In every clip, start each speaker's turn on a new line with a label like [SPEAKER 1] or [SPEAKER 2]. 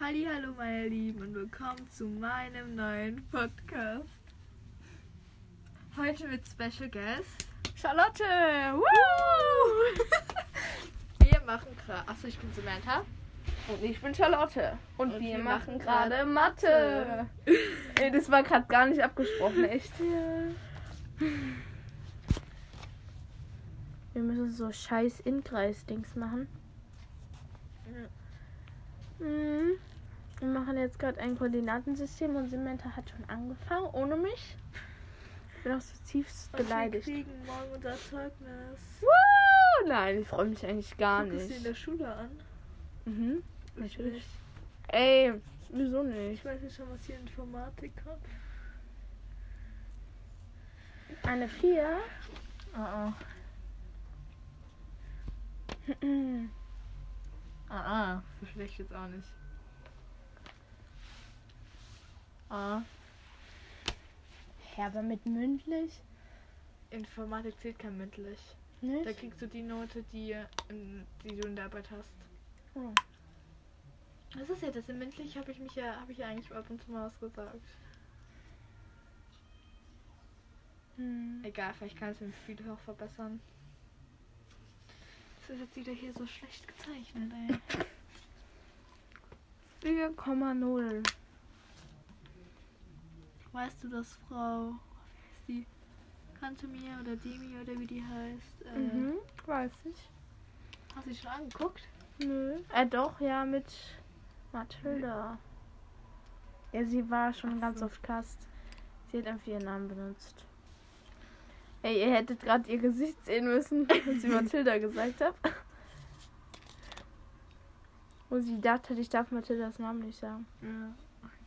[SPEAKER 1] Halli, hallo meine Lieben und willkommen zu meinem neuen Podcast. Heute mit Special Guest Charlotte. Woo! wir machen gerade. Achso, ich bin Samantha.
[SPEAKER 2] Und ich bin Charlotte. Und,
[SPEAKER 1] Und
[SPEAKER 2] wir,
[SPEAKER 1] wir machen
[SPEAKER 2] machen gerade
[SPEAKER 1] gerade
[SPEAKER 2] Mathe. Ey, das war gerade gar nicht abgesprochen, echt.
[SPEAKER 3] Wir müssen so scheiß Inkreis-Dings machen. Mhm. Wir machen jetzt gerade ein Koordinatensystem und Samantha hat schon angefangen, ohne mich. Ich bin auch zutiefst
[SPEAKER 1] Und
[SPEAKER 3] beleidigt.
[SPEAKER 1] Wir kriegen morgen unser Zeugnis.
[SPEAKER 2] Woo! Nein, ich freue mich eigentlich gar
[SPEAKER 1] Guck es dir in
[SPEAKER 2] nicht.
[SPEAKER 1] der Schule an.
[SPEAKER 2] Mhm.
[SPEAKER 1] Natürlich.
[SPEAKER 2] Ey, wieso
[SPEAKER 1] Ich
[SPEAKER 2] nicht?
[SPEAKER 1] weiß nicht schon, was hier Informatik hat.
[SPEAKER 3] Eine 4.
[SPEAKER 1] Ah, ah, ah, ah. So schlecht jetzt auch nicht.
[SPEAKER 2] Ah.
[SPEAKER 3] Ja, aber mit mündlich?
[SPEAKER 1] Informatik zählt kein mündlich. Da
[SPEAKER 3] Nicht?
[SPEAKER 1] kriegst du die Note, die, ähm, die du in der Arbeit hast.
[SPEAKER 3] Oh.
[SPEAKER 1] Das ist ja das im mündlich habe ich mich ja habe ich ja eigentlich ab und zu mal was gesagt.
[SPEAKER 3] Hm.
[SPEAKER 1] Egal, vielleicht kann ich es im Spiel auch verbessern. Das ist jetzt wieder hier so schlecht gezeichnet, ey.
[SPEAKER 3] 4,0.
[SPEAKER 1] Weißt du, dass Frau wie heißt die Kantemir oder Demi oder wie die heißt, äh,
[SPEAKER 3] Mhm, weiß ich.
[SPEAKER 1] hast du die schon angeguckt?
[SPEAKER 3] Nö. Äh, doch, ja, mit Mathilda. Ja, sie war schon
[SPEAKER 1] Ach
[SPEAKER 3] ganz
[SPEAKER 1] so.
[SPEAKER 3] oft Cast. Sie hat einfach ihren Namen benutzt. Ey, ihr hättet gerade ihr Gesicht sehen müssen, als ich Mathilda gesagt habe. Wo sie gedacht hat, ich darf Mathildas Namen nicht sagen.
[SPEAKER 1] Ja.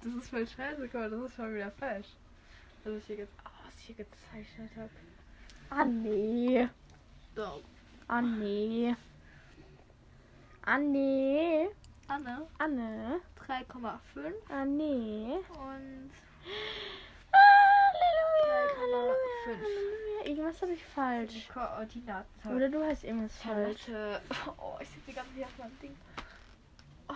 [SPEAKER 1] Das ist voll scheiße, guck mal, das ist schon wieder falsch. Was ich hier, ge oh, was ich hier gezeichnet habe.
[SPEAKER 3] Ah, nee.
[SPEAKER 1] So,
[SPEAKER 3] Ah, nee. Ah, nee.
[SPEAKER 1] Anne,
[SPEAKER 3] Ah, nee.
[SPEAKER 1] 3,5
[SPEAKER 3] Ah, nee.
[SPEAKER 1] und
[SPEAKER 3] Halleluja, Halleluja,
[SPEAKER 1] 3,5.
[SPEAKER 3] Halleluja. Irgendwas habe ich
[SPEAKER 1] die
[SPEAKER 3] falsch.
[SPEAKER 1] Koordinaten.
[SPEAKER 3] Oder du hast irgendwas falsch.
[SPEAKER 1] Charlotte. Oh, ich sitze die ganze Zeit auf meinem Ding. Oh.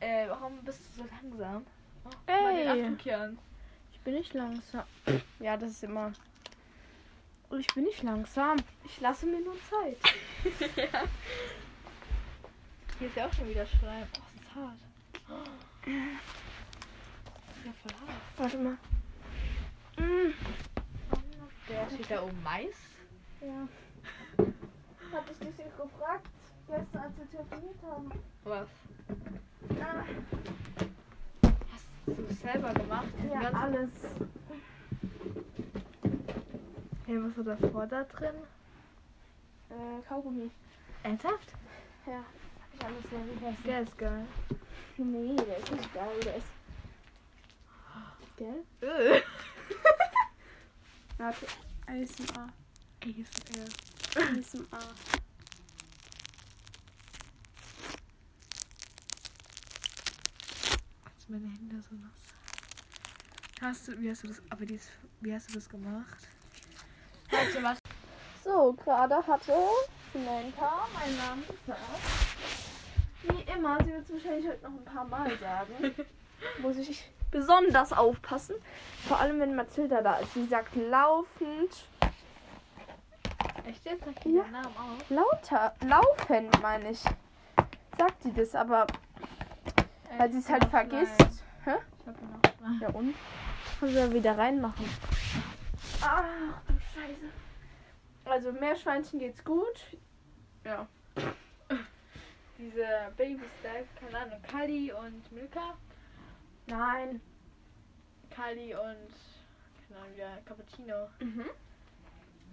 [SPEAKER 1] Äh, warum bist du so langsam? Oh, guck mal den
[SPEAKER 3] Ey.
[SPEAKER 1] Abdruck hier an.
[SPEAKER 3] Ich bin nicht langsam. Ja, das ist immer. Und ich bin nicht langsam. Ich lasse mir nur Zeit.
[SPEAKER 1] Hier ist ja auch schon wieder Schleim. Oh, das ist hart. Das ist ja voll hart.
[SPEAKER 3] Warte mal. Mm.
[SPEAKER 1] Der steht da oben Mais.
[SPEAKER 3] Ja. Hatte ich dich gefragt gestern, als wir telefoniert haben.
[SPEAKER 1] Was? Ah. Hast du es selber gemacht? Diesen
[SPEAKER 3] Ja,
[SPEAKER 1] ganzen-
[SPEAKER 3] alles.
[SPEAKER 1] Hey, was war davor da drin?
[SPEAKER 3] Äh, Kaugummi.
[SPEAKER 1] Ernsthaft?
[SPEAKER 3] Ja. Hab ich alles sehr gegessen.
[SPEAKER 1] Der ist geil.
[SPEAKER 3] Nee, der ist nicht geil. Der ist. Gell?
[SPEAKER 1] Äh.
[SPEAKER 3] Warte. ASMR.
[SPEAKER 1] Ey, ist er.
[SPEAKER 3] ASMR.
[SPEAKER 1] Jetzt meine Hände so nass. Hast du, wie hast du das, aber die ist, wie hast du das gemacht?
[SPEAKER 3] So, gerade hatte Samantha meinen Namen gesagt. Wie immer, sie wird es wahrscheinlich heute noch ein paar Mal sagen. Muss ich besonders aufpassen. Vor allem, wenn Mathilda da ist. Sie sagt laufend,
[SPEAKER 1] Echt jetzt? Sag
[SPEAKER 3] dir Ja.
[SPEAKER 1] den Namen auf.
[SPEAKER 3] lauter, laufend meine ich. Sagt die das, aber weil sie es halt vergisst. Hä?
[SPEAKER 1] Ich hab ihn auch klein.
[SPEAKER 3] Ja und? Kannst du ja wieder reinmachen. Ach du Scheiße. Also Meerschweinchen geht's gut. Ja.
[SPEAKER 1] Diese Babys da, keine Ahnung, Kali und Milka.
[SPEAKER 3] Nein.
[SPEAKER 1] Kali und, keine Ahnung, ja, Cappuccino.
[SPEAKER 3] Mhm.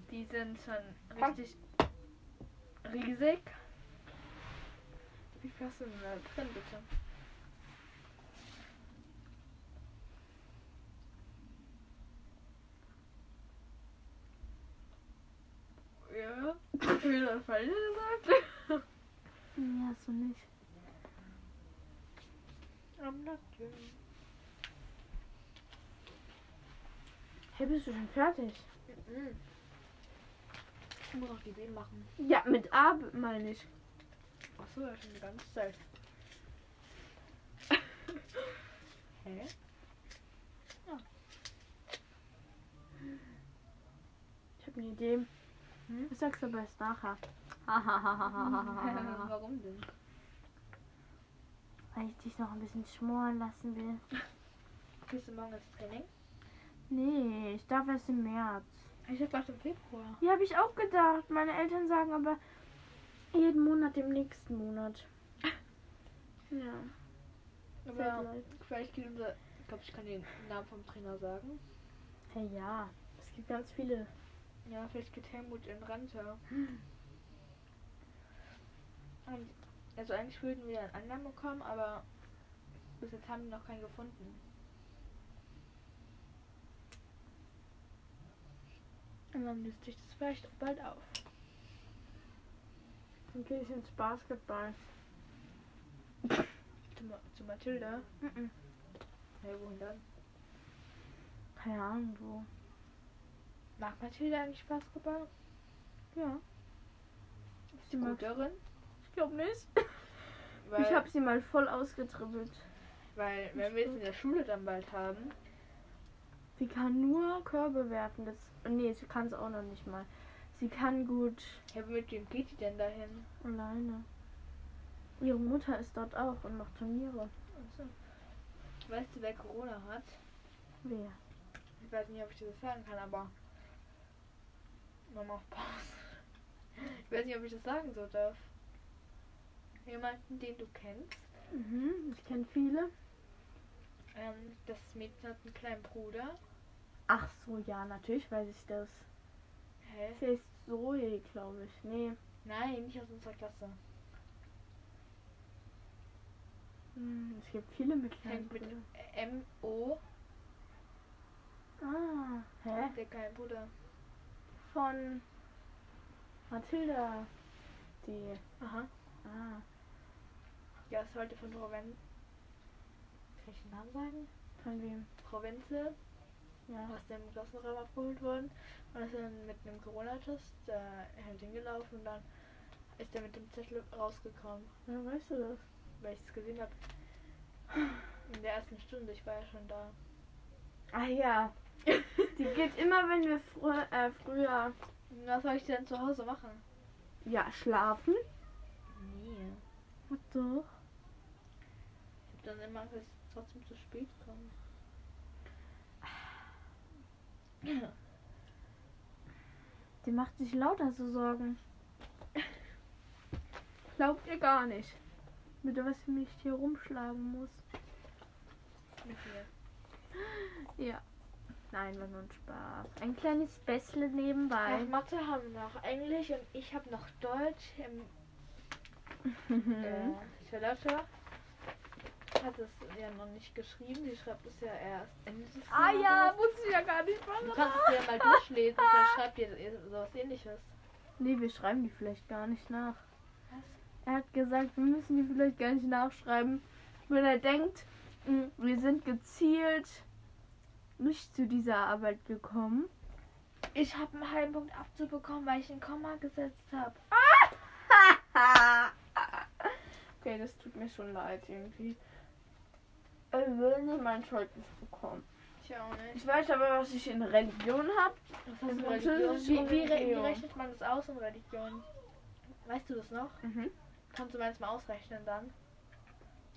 [SPEAKER 1] Die sind schon
[SPEAKER 3] Komm.
[SPEAKER 1] richtig riesig. Wie viel hast du denn da drin, bitte? Ja, ich will das falsch gesagt.
[SPEAKER 3] Ja, so nicht.
[SPEAKER 1] I'm not doing.
[SPEAKER 3] Hey, bist du schon fertig?
[SPEAKER 1] Mhm. Ich muss noch die B machen.
[SPEAKER 3] Ja, mit Ab meine ich.
[SPEAKER 1] Achso, ja, schon die ganze Zeit.
[SPEAKER 3] gegeben. Ich sag's aber erst nachher.
[SPEAKER 1] Warum denn?
[SPEAKER 3] Weil ich dich noch ein bisschen schmoren lassen will.
[SPEAKER 1] Gehst du morgen ins Training?
[SPEAKER 3] Nee, ich darf erst im März.
[SPEAKER 1] Ich hab erst im Februar.
[SPEAKER 3] Ja, habe ich auch gedacht. Meine Eltern sagen aber jeden Monat im nächsten Monat. Ja.
[SPEAKER 1] Aber vielleicht geht unser. Ich glaube, ich kann den Namen vom Trainer sagen.
[SPEAKER 3] Hey, ja. Es gibt ganz viele.
[SPEAKER 1] Ja, vielleicht geht Helmut in Rente. Und, also eigentlich würden wir einen anderen bekommen, aber bis jetzt haben wir noch keinen gefunden. Und dann löst sich das vielleicht auch bald auf.
[SPEAKER 3] Dann gehe ich ins Basketball.
[SPEAKER 1] Zu, Ma zu Mathilda?
[SPEAKER 3] Mhm.
[SPEAKER 1] Ja, wohin dann?
[SPEAKER 3] Keine Ahnung wo.
[SPEAKER 1] Mag Mathilda eigentlich Basketball?
[SPEAKER 3] Ja.
[SPEAKER 1] Ist
[SPEAKER 3] Sie
[SPEAKER 1] sie
[SPEAKER 3] mag-
[SPEAKER 1] gut darin?
[SPEAKER 3] Ich glaube nicht.
[SPEAKER 1] Weil,
[SPEAKER 3] Ich habe sie mal voll ausgetribbelt.
[SPEAKER 1] weil wenn wir es in der Schule dann bald haben,
[SPEAKER 3] Sie kann nur Körbe werfen. Das, nee, sie kann es auch noch nicht mal. Sie kann gut
[SPEAKER 1] ja, mit wem geht die denn dahin?
[SPEAKER 3] alleine. Ihre Mutter ist dort auch und macht Turniere.
[SPEAKER 1] Achso. Weißt du, wer Corona hat?
[SPEAKER 3] Wer?
[SPEAKER 1] Ich weiß nicht, ob ich das sagen kann, aber. Mama auf Pause. Ich weiß nicht, ob ich das sagen so darf. Jemanden, den du kennst.
[SPEAKER 3] Mhm, ich kenne viele.
[SPEAKER 1] Ähm, das Mädchen hat einen kleinen Bruder.
[SPEAKER 3] Ach so, ja, natürlich weiß ich das.
[SPEAKER 1] Hä?
[SPEAKER 3] Sie ist Zoe, glaube ich. Nee.
[SPEAKER 1] Nein, nicht aus unserer Klasse.
[SPEAKER 3] Hm, Es gibt viele mit kleinen
[SPEAKER 1] Fängt mit
[SPEAKER 3] Brüdern.
[SPEAKER 1] M-O,
[SPEAKER 3] Ah, hä?
[SPEAKER 1] der kleine Bruder.
[SPEAKER 3] Von Mathilda. Die.
[SPEAKER 1] Aha.
[SPEAKER 3] Ah.
[SPEAKER 1] Ja, ist heute von Frau Wenzel. Kann ich den Namen sagen?
[SPEAKER 3] Von wem?
[SPEAKER 1] Frau Wenzel
[SPEAKER 3] Ja.
[SPEAKER 1] aus dem Klassenraum abgeholt worden und ist dann mit einem Corona-Test äh, halt hingelaufen und dann ist er mit dem Zettel rausgekommen.
[SPEAKER 3] Woher weißt du das?
[SPEAKER 1] weil ich es gesehen habe. In der ersten Stunde, ich war ja schon da.
[SPEAKER 3] Ah ja. Die geht immer, wenn wir frü äh, früher
[SPEAKER 1] Was soll ich denn zu Hause machen?
[SPEAKER 3] ja, schlafen.
[SPEAKER 1] Nee.
[SPEAKER 3] Doch.
[SPEAKER 1] Ich habe dann immer Angst, dass ich trotzdem zu spät komme.
[SPEAKER 3] Die macht sich lauter so Sorgen.
[SPEAKER 2] Glaubt ihr gar nicht.
[SPEAKER 3] Mit der, was sie mich hier rumschlagen muss.
[SPEAKER 1] Mit mir.
[SPEAKER 3] Nein, war nur ein Spaß. Ein kleines Bässle
[SPEAKER 1] Ach,
[SPEAKER 3] nebenbei.
[SPEAKER 1] Mathe haben wir noch Englisch und ich habe noch Deutsch. Ähm,
[SPEAKER 2] Mhm.
[SPEAKER 1] äh, Charlotte hat es ja noch nicht geschrieben. Sie schreibt es ja erst Ende des
[SPEAKER 2] Ah ja,
[SPEAKER 1] Jahres.
[SPEAKER 2] wusste ich ja gar nicht.
[SPEAKER 1] Du
[SPEAKER 2] Was
[SPEAKER 1] kannst es ja mal durchlesen, dann schreibt ihr sowas ähnliches.
[SPEAKER 3] Nee, wir schreiben die vielleicht gar nicht nach. Er hat gesagt, wir müssen die vielleicht gar nicht nachschreiben, wenn er denkt, mh, wir sind gezielt nicht zu dieser Arbeit gekommen.
[SPEAKER 1] Ich habe einen halben Punkt abzubekommen, weil ich ein Komma gesetzt habe.
[SPEAKER 2] okay, das tut mir schon leid irgendwie.
[SPEAKER 3] Er will nicht mein Zeugnis bekommen.
[SPEAKER 1] Ich auch nicht.
[SPEAKER 2] Ich weiß aber, was ich in Religion habe.
[SPEAKER 1] Was heißt
[SPEAKER 2] In
[SPEAKER 1] Religion?
[SPEAKER 2] Französisch
[SPEAKER 1] Wie, wie, re- wie
[SPEAKER 2] Religion.
[SPEAKER 1] rechnet man das aus in Religion? Weißt du das noch?
[SPEAKER 3] Mhm.
[SPEAKER 1] Kannst du meins mal ausrechnen dann?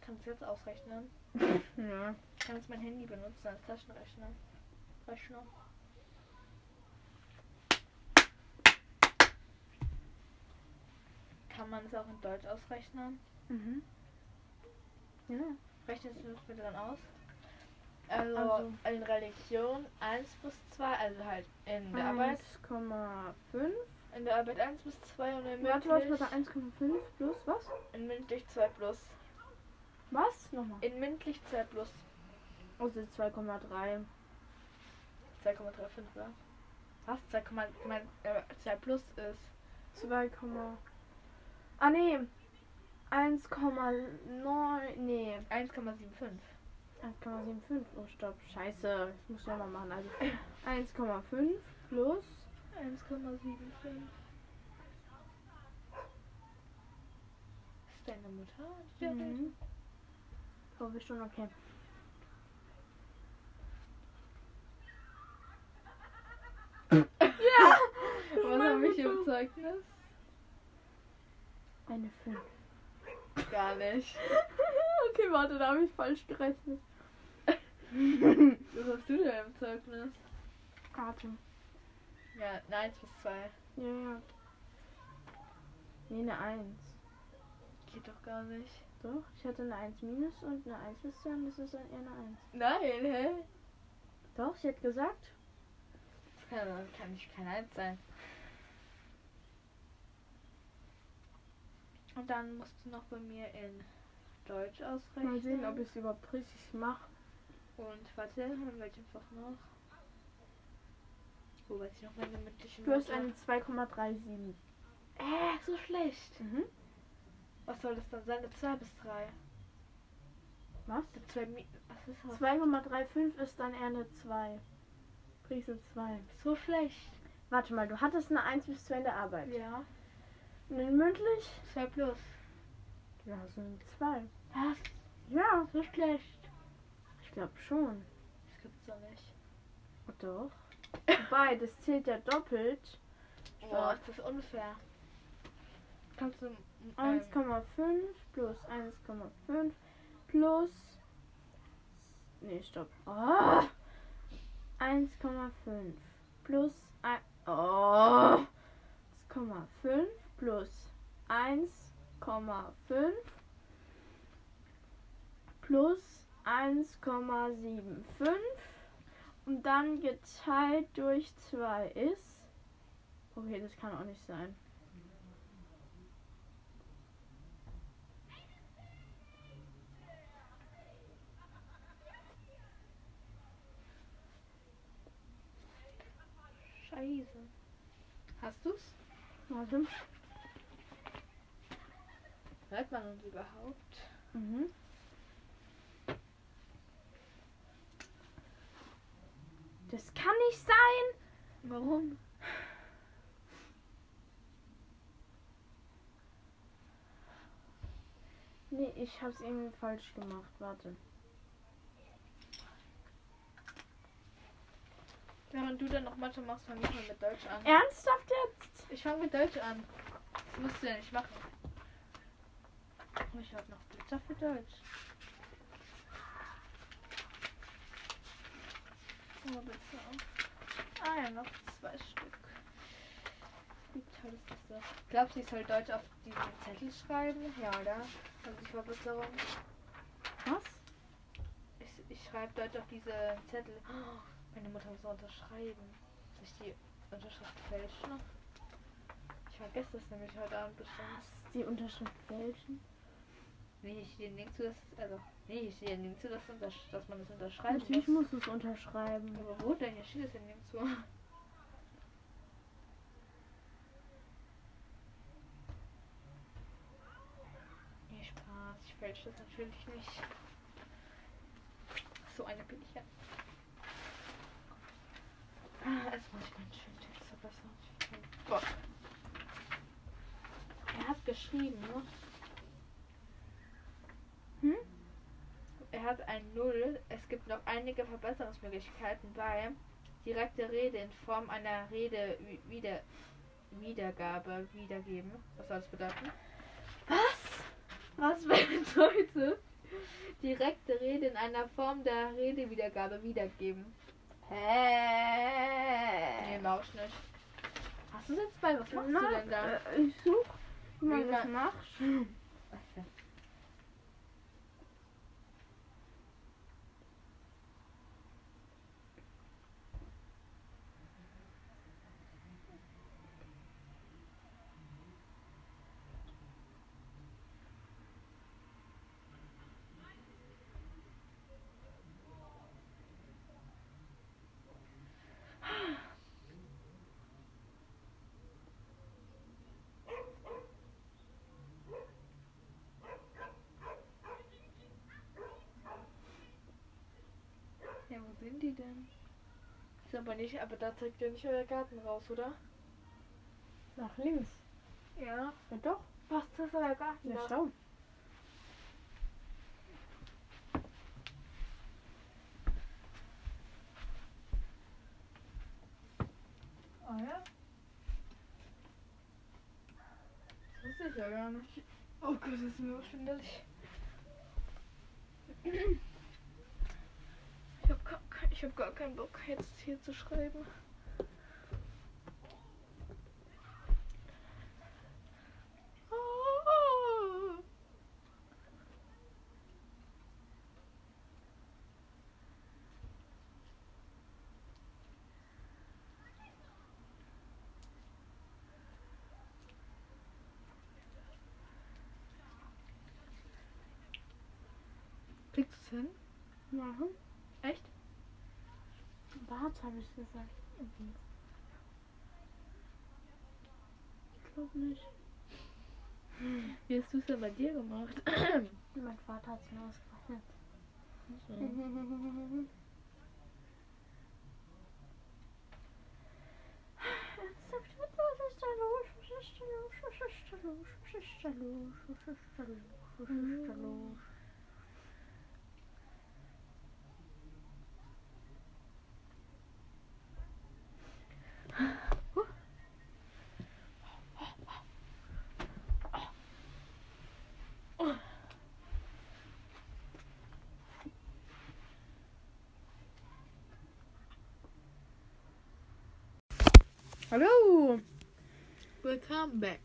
[SPEAKER 1] Kannst du jetzt ausrechnen?
[SPEAKER 2] Ja.
[SPEAKER 1] Ich kann jetzt mein Handy benutzen als Taschenrechner. Rechner. Kann man es auch in Deutsch ausrechnen?
[SPEAKER 3] Mhm. Ja.
[SPEAKER 1] Rechnest du das bitte dann aus? Also,
[SPEAKER 3] Also.
[SPEAKER 1] in Religion 1 bis 2, also halt in der Arbeit.
[SPEAKER 3] 1,5.
[SPEAKER 1] In der Arbeit 1 bis 2 und in
[SPEAKER 3] Warte, warte,
[SPEAKER 1] mündlich,
[SPEAKER 3] warte, 1,5 plus was?
[SPEAKER 1] in mündlich 2 plus.
[SPEAKER 3] Was? Nochmal.
[SPEAKER 1] In mündlich 2 plus
[SPEAKER 3] Also 2,3.
[SPEAKER 1] 2,35 war. Was? 2, mein, äh, 2 plus ist.
[SPEAKER 3] 2, ah nee. 1,9. Nee.
[SPEAKER 1] 1,75.
[SPEAKER 3] 1,75. Oh, stopp. Scheiße. Ich muss nochmal machen. Also 1,5 plus
[SPEAKER 1] 1,75. Ist deine Mutter? die da redet?
[SPEAKER 3] Mhm. Glaube ich schon, okay. Ja!
[SPEAKER 2] Zeugnis?
[SPEAKER 3] Eine 5.
[SPEAKER 1] Gar nicht.
[SPEAKER 2] okay, warte, da habe ich falsch gerechnet. Was hast du denn im Zeugnis?
[SPEAKER 3] Atem.
[SPEAKER 1] Ja, eine 1 bis 2.
[SPEAKER 3] Ja, ja. Nee, eine 1.
[SPEAKER 1] Geht doch gar nicht.
[SPEAKER 3] Doch, ich hatte eine 1 minus und eine 1 bis 2 und das ist dann eher eine 1.
[SPEAKER 1] Nein, hä?
[SPEAKER 3] Doch, sie hat gesagt.
[SPEAKER 1] Das kann, das kann nicht kein 1 sein. Und dann musst du noch bei mir in Deutsch ausrechnen.
[SPEAKER 3] Mal sehen, ob ich es überhaupt richtig mache.
[SPEAKER 1] Und warte, in welchem Fach noch? Wo weiß ich noch meine mündlichen
[SPEAKER 3] Du hast
[SPEAKER 1] Note?
[SPEAKER 3] eine 2,37.
[SPEAKER 1] Äh, so schlecht.
[SPEAKER 3] Mhm.
[SPEAKER 1] Was soll das dann sein? Eine 2 bis 3.
[SPEAKER 3] Was?
[SPEAKER 1] Eine 2 Mi Was ist das?
[SPEAKER 3] 2,35 ist dann eher eine 2. Kriegst du 2.
[SPEAKER 1] So schlecht.
[SPEAKER 3] Warte mal, du hattest eine 1 bis 2 in der Arbeit.
[SPEAKER 1] Ja.
[SPEAKER 3] Und dann mündlich?
[SPEAKER 1] 2 plus.
[SPEAKER 3] Ja, so eine 2.
[SPEAKER 1] Was?
[SPEAKER 3] Ja,
[SPEAKER 1] So schlecht.
[SPEAKER 3] ich glaube schon.
[SPEAKER 1] Das gibt's doch nicht.
[SPEAKER 3] Doch. Wobei, das zählt ja doppelt.
[SPEAKER 1] Boah, ist das unfair. Kannst du. m- Ähm,
[SPEAKER 3] 1,5 plus 1,5 plus. Nee, stopp. Ah! 1,5 plus. ein- Oh! 1,5 plus 1,5 plus 1,75 und dann geteilt durch 2 ist. Okay, das kann auch nicht sein.
[SPEAKER 1] Scheiße. Hast du's?
[SPEAKER 3] Warte.
[SPEAKER 1] Hört man uns überhaupt?
[SPEAKER 3] Mhm. Das kann nicht sein.
[SPEAKER 1] Warum?
[SPEAKER 3] Nee, ich hab's irgendwie falsch gemacht. Warte.
[SPEAKER 1] Ja, und du dann noch Mathe machst, fang ich mal mit Deutsch an.
[SPEAKER 3] Äh. Ernsthaft jetzt?
[SPEAKER 1] Ich fange mit Deutsch an. Das musst du ja nicht machen. Oh, ich habe noch Blitzer für Deutsch. Oh, Blitzer auf. Ah ja, noch zwei Stück. Wie toll ist das doch. Glaubst du, ich soll Deutsch auf diesen Zettel schreiben? Ja, oder? Also die Verbesserung.
[SPEAKER 3] Was?
[SPEAKER 1] Ich, ich schreibe Deutsch auf diese Zettel. Oh, meine Mutter muss noch unterschreiben. Soll ich die Unterschrift fälschen? Ich vergesse das nämlich heute Abend bestimmt.
[SPEAKER 3] Was? Die Unterschrift fälschen?
[SPEAKER 1] Nee, hier steht nirgends zu, dass also nee, hier steht nirgends zu, dass, untersch dass man das unterschreiben
[SPEAKER 3] Natürlich
[SPEAKER 1] muss.
[SPEAKER 3] musst du es unterschreiben.
[SPEAKER 1] Aber wo denn? Hier steht es ja nirgends zu. Nee, Spaß. Ich fälsche das natürlich nicht. So eine bin ich ja. Ah, jetzt muss ich meinen schönen Text verbessern. Ich bin- Boah. Er hat geschrieben, ne?
[SPEAKER 3] Hm?
[SPEAKER 1] Er hat ein Null. Es gibt noch einige Verbesserungsmöglichkeiten bei direkte Rede in Form einer Rede wi- wieder Wiedergabe wiedergeben. Was soll das bedeuten?
[SPEAKER 3] Was?
[SPEAKER 1] Was bedeutet direkte Rede in einer Form der Redewiedergabe wiedergeben? Nee,
[SPEAKER 3] Hä?
[SPEAKER 1] Mausch nicht. Hast du es jetzt bei? Was machst du
[SPEAKER 3] Na,
[SPEAKER 1] denn da?
[SPEAKER 3] äh, ich such, wie man
[SPEAKER 1] Wie
[SPEAKER 3] das
[SPEAKER 1] man-
[SPEAKER 3] macht.
[SPEAKER 1] Ja, wo sind die denn? Ist aber nicht, aber da zeigt ja nicht euer Garten raus, oder?
[SPEAKER 3] Nach links.
[SPEAKER 1] Ja.
[SPEAKER 3] Ja doch.
[SPEAKER 1] Was das ist euer Garten?
[SPEAKER 3] Ja,
[SPEAKER 1] da?
[SPEAKER 3] schau.
[SPEAKER 1] Ah ja?
[SPEAKER 4] ja gar nicht.
[SPEAKER 1] Oh Gott, das ist mir schwindelig.
[SPEAKER 3] Ich habe gar, kein- ich hab gar keinen Bock, jetzt hier zu schreiben.
[SPEAKER 1] Kriegst du es hin?
[SPEAKER 3] Mhm.
[SPEAKER 4] Echt?
[SPEAKER 3] Warte, habe ich gesagt. Mhm. Ich glaube nicht.
[SPEAKER 4] Wie hast du es denn bei dir gemacht?
[SPEAKER 3] Mein Vater hat es mir ausgerechnet.
[SPEAKER 1] Mhm.
[SPEAKER 3] Ernsthaft, was ist da los? Was ist da los? Was ist da los? Was ist da los? Was ist da los? Was ist da los?
[SPEAKER 1] Hallo! Welcome back.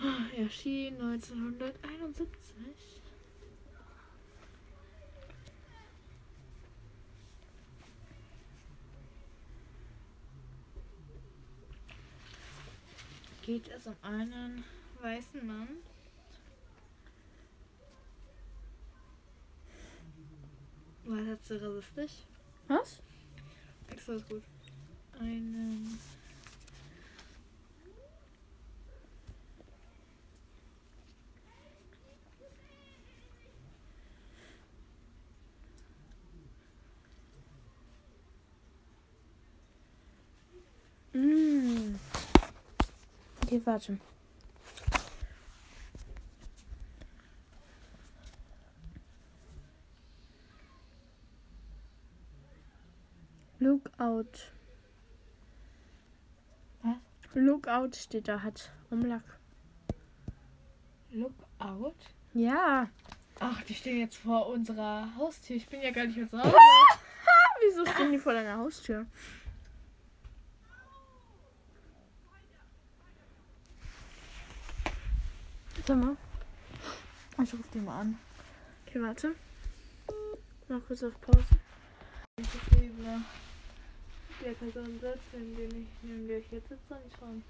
[SPEAKER 1] Ah, Erschien 1971. Geht es um einen weißen Mann? War das zu rassistisch?
[SPEAKER 3] Was?
[SPEAKER 1] Ist alles gut. Einen.
[SPEAKER 3] Mm. Okay, warte. Look out.
[SPEAKER 1] Was?
[SPEAKER 3] Look out steht da, hat Umlack.
[SPEAKER 1] Lookout?
[SPEAKER 3] Ja.
[SPEAKER 1] Ach, die stehen jetzt vor unserer Haustür. Ich bin ja gar nicht mehr zu Hause.
[SPEAKER 3] Wieso stehen die vor deiner Haustür? Sag mal.
[SPEAKER 1] Ich rufe die mal an.
[SPEAKER 3] Okay, warte. Mal kurz auf Pause.
[SPEAKER 1] Ich gebe der Person sitzt, in den ich neben der ich jetzt sitze, nicht ran.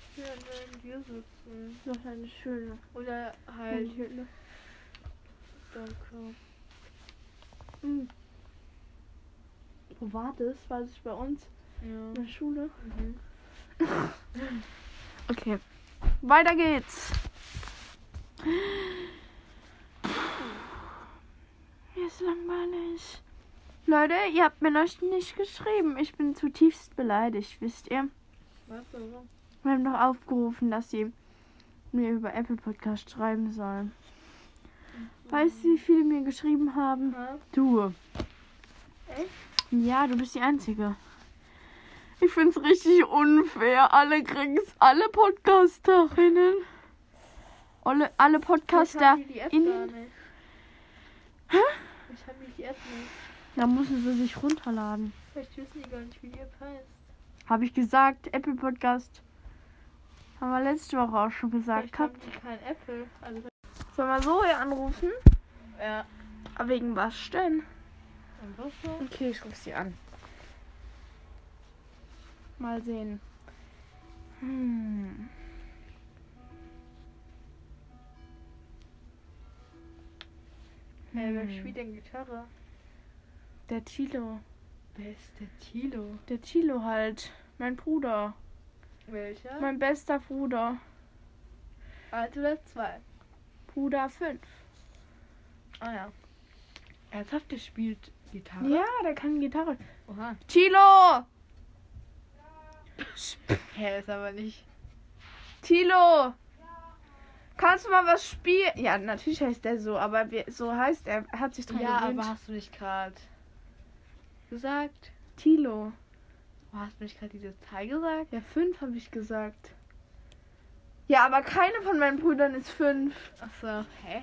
[SPEAKER 1] Ich will neben dir sitzen.
[SPEAKER 3] Noch eine schöne.
[SPEAKER 1] Oder halt,
[SPEAKER 3] Eine
[SPEAKER 1] danke.
[SPEAKER 3] Hm. Wo war das? War das bei uns
[SPEAKER 1] Ja.
[SPEAKER 3] in der Schule?
[SPEAKER 1] Mhm.
[SPEAKER 3] Okay. Weiter geht's. Mir ist langweilig. Leute, ihr habt mir noch nicht geschrieben. Ich bin zutiefst beleidigt, wisst ihr?
[SPEAKER 1] Weißt du, warum?
[SPEAKER 3] Wir haben doch aufgerufen, dass sie mir über Apple Podcast schreiben sollen. Weißt du, wie viele mir geschrieben haben?
[SPEAKER 1] Ja.
[SPEAKER 3] Du.
[SPEAKER 1] Echt?
[SPEAKER 3] Ja, du bist die Einzige. Ich find's richtig unfair. Alle kriegen's, alle Podcasterinnen. Alle, alle
[SPEAKER 1] Ich hab
[SPEAKER 3] Podcaster.
[SPEAKER 1] hier die App
[SPEAKER 3] in-
[SPEAKER 1] gar nicht. Ich hab hier die App nicht.
[SPEAKER 3] Da müssen sie sich runterladen.
[SPEAKER 1] Vielleicht wissen die gar nicht, wie die App heißt.
[SPEAKER 3] Habe ich gesagt, Apple Podcast. Haben wir letzte Woche auch schon gesagt.
[SPEAKER 1] Vielleicht haben die kein Apple. Also,
[SPEAKER 3] Sollen wir so hier anrufen?
[SPEAKER 1] ja.
[SPEAKER 3] Aber wegen was denn?
[SPEAKER 1] Und was so?
[SPEAKER 3] Okay, ich rufe sie an. Mal sehen. Hm.
[SPEAKER 1] Hey, wer
[SPEAKER 3] Hm.
[SPEAKER 1] spielt denn Gitarre?
[SPEAKER 3] Der Chilo.
[SPEAKER 1] Wer ist der Tilo?
[SPEAKER 3] Der Chilo halt. Mein Bruder.
[SPEAKER 1] Welcher?
[SPEAKER 3] Mein bester Bruder.
[SPEAKER 1] Eins oder zwei?
[SPEAKER 3] Bruder 5.
[SPEAKER 1] Ah ja. Ernsthaft, der spielt Gitarre?
[SPEAKER 3] Ja, der kann Gitarre.
[SPEAKER 1] Oha.
[SPEAKER 3] Chilo!
[SPEAKER 1] Hä, ist aber nicht.
[SPEAKER 3] Chilo! Kannst du mal was spielen? Ja, natürlich heißt er so, aber wir, so heißt er. Er hat sich dran
[SPEAKER 1] Ja,
[SPEAKER 3] gewöhnt.
[SPEAKER 1] aber hast du nicht gerade gesagt?
[SPEAKER 3] Tilo.
[SPEAKER 1] Oh, hast du nicht gerade diese Zahl gesagt?
[SPEAKER 3] Ja, fünf habe ich gesagt. Ja, aber keine von meinen Brüdern ist fünf.
[SPEAKER 1] Achso. Hä?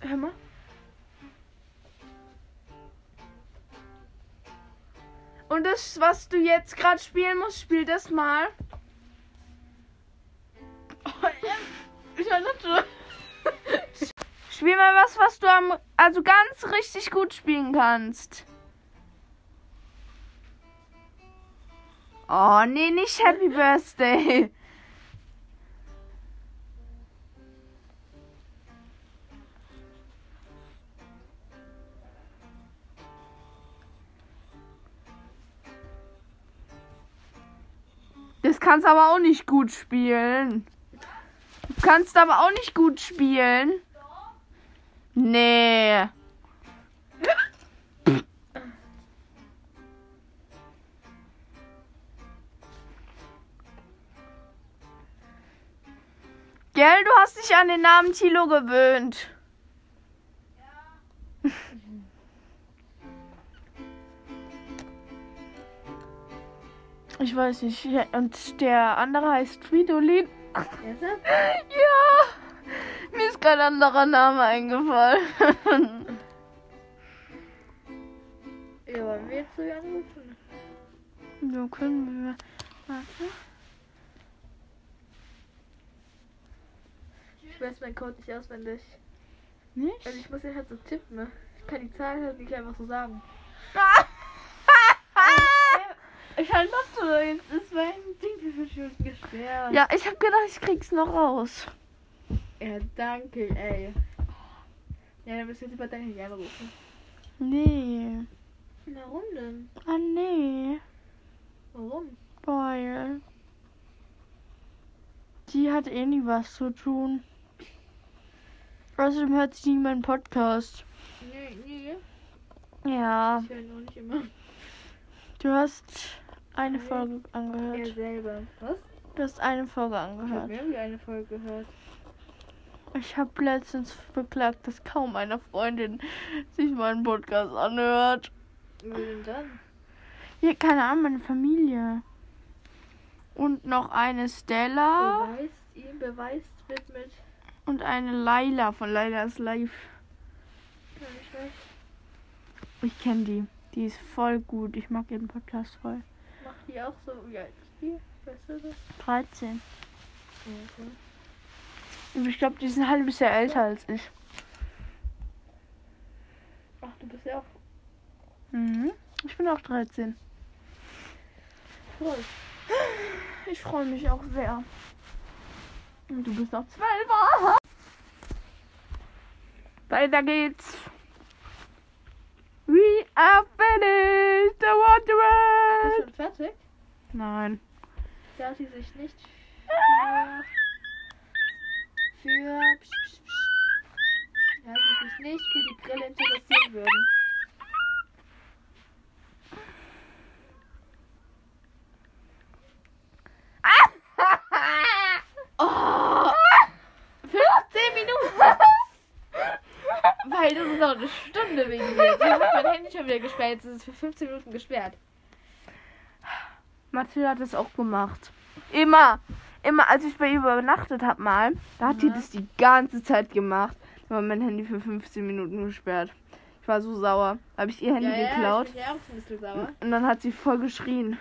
[SPEAKER 3] Hör mal. Und das, was du jetzt gerade spielen musst, spiel das mal. Oh,
[SPEAKER 1] Ich war nicht schon.
[SPEAKER 3] Spiel mal was, was du am, also ganz richtig gut spielen kannst. Oh, nee, nicht Happy Birthday. Das kannst aber auch nicht gut spielen. Du kannst aber auch nicht gut spielen. Nee. Gell, du hast dich an den Namen Tilo gewöhnt. Ich weiß nicht. Und der andere heißt Fridolin. Ja, mir ist kein anderer Name eingefallen.
[SPEAKER 1] Ja, wollen wir jetzt sogar anrufen?
[SPEAKER 3] so können wir. Warte.
[SPEAKER 1] Ich weiß meinen Code nicht auswendig. Also
[SPEAKER 3] Nicht?
[SPEAKER 1] ich muss den halt so tippen, ne? Ich kann die Zahl halt nicht einfach so sagen. Ich halt noch so, jetzt ist mein Ding für fünf Minuten gesperrt.
[SPEAKER 3] ja, ich hab gedacht, ich krieg's noch raus.
[SPEAKER 1] Ja, danke, ey. Ja, dann müssen wir jetzt über deine Handy anrufen.
[SPEAKER 3] Nee.
[SPEAKER 1] Warum denn?
[SPEAKER 3] Ah, nee.
[SPEAKER 1] Warum?
[SPEAKER 3] Weil. Die hat eh nie was zu tun. Außerdem hört sie nie meinen Podcast.
[SPEAKER 1] Nee, nee.
[SPEAKER 3] Ja,
[SPEAKER 1] Ich höre noch nicht immer.
[SPEAKER 3] du hast eine Folge angehört.
[SPEAKER 1] selber. Was?
[SPEAKER 3] Du hast eine Folge
[SPEAKER 1] Ich habe
[SPEAKER 3] angehört.
[SPEAKER 1] mehr wie eine Folge gehört.
[SPEAKER 3] Ich habe letztens beklagt, dass kaum einer Freundin sich meinen Podcast anhört.
[SPEAKER 1] Wen dann?
[SPEAKER 3] Ja, keine Ahnung, meine Familie. Und noch eine Stella
[SPEAKER 1] Beweist ihm, beweist wird mit.
[SPEAKER 3] und eine Laila von Lailas Live.
[SPEAKER 1] Ja, ich weiß.
[SPEAKER 3] Ich kenne die. Die ist voll gut. Ich mag ihren Podcast voll.
[SPEAKER 1] Macht die auch so. Wie alt ist die? Weißt du das?
[SPEAKER 3] 13.
[SPEAKER 1] Okay.
[SPEAKER 3] Mhm. Und Ich glaube, die ist ein halbes Jahr älter als ich.
[SPEAKER 1] Ach, du bist ja auch
[SPEAKER 3] Mhm. Ich bin auch 13.
[SPEAKER 1] voll.
[SPEAKER 3] Ich freue mich auch sehr. Und du bist auch 12. Weiter geht's. We are finished. The
[SPEAKER 1] Bist du
[SPEAKER 3] Wanderer.
[SPEAKER 1] schon fertig?
[SPEAKER 3] Nein.
[SPEAKER 1] Da sie sich nicht für. für. Da sie sich nicht für die Brille interessieren würden. Ah! Oh! 15 Minuten! Weil das ist noch eine Stunde wegen mir. Ich habe mein Handy schon wieder gesperrt. Jetzt ist es für 15 Minuten gesperrt.
[SPEAKER 3] Mathilda hat das auch gemacht. Immer. Immer, als ich bei ihr übernachtet habe mal, da hat die
[SPEAKER 1] Ja.
[SPEAKER 3] das die ganze Zeit gemacht. Da war mein Handy für 15 Minuten gesperrt. Ich war so sauer. Habe ich ihr Handy
[SPEAKER 1] ja, Ja,
[SPEAKER 3] geklaut
[SPEAKER 1] ich bin ja auch ein bisschen sauer.
[SPEAKER 3] und dann hat sie voll geschrien.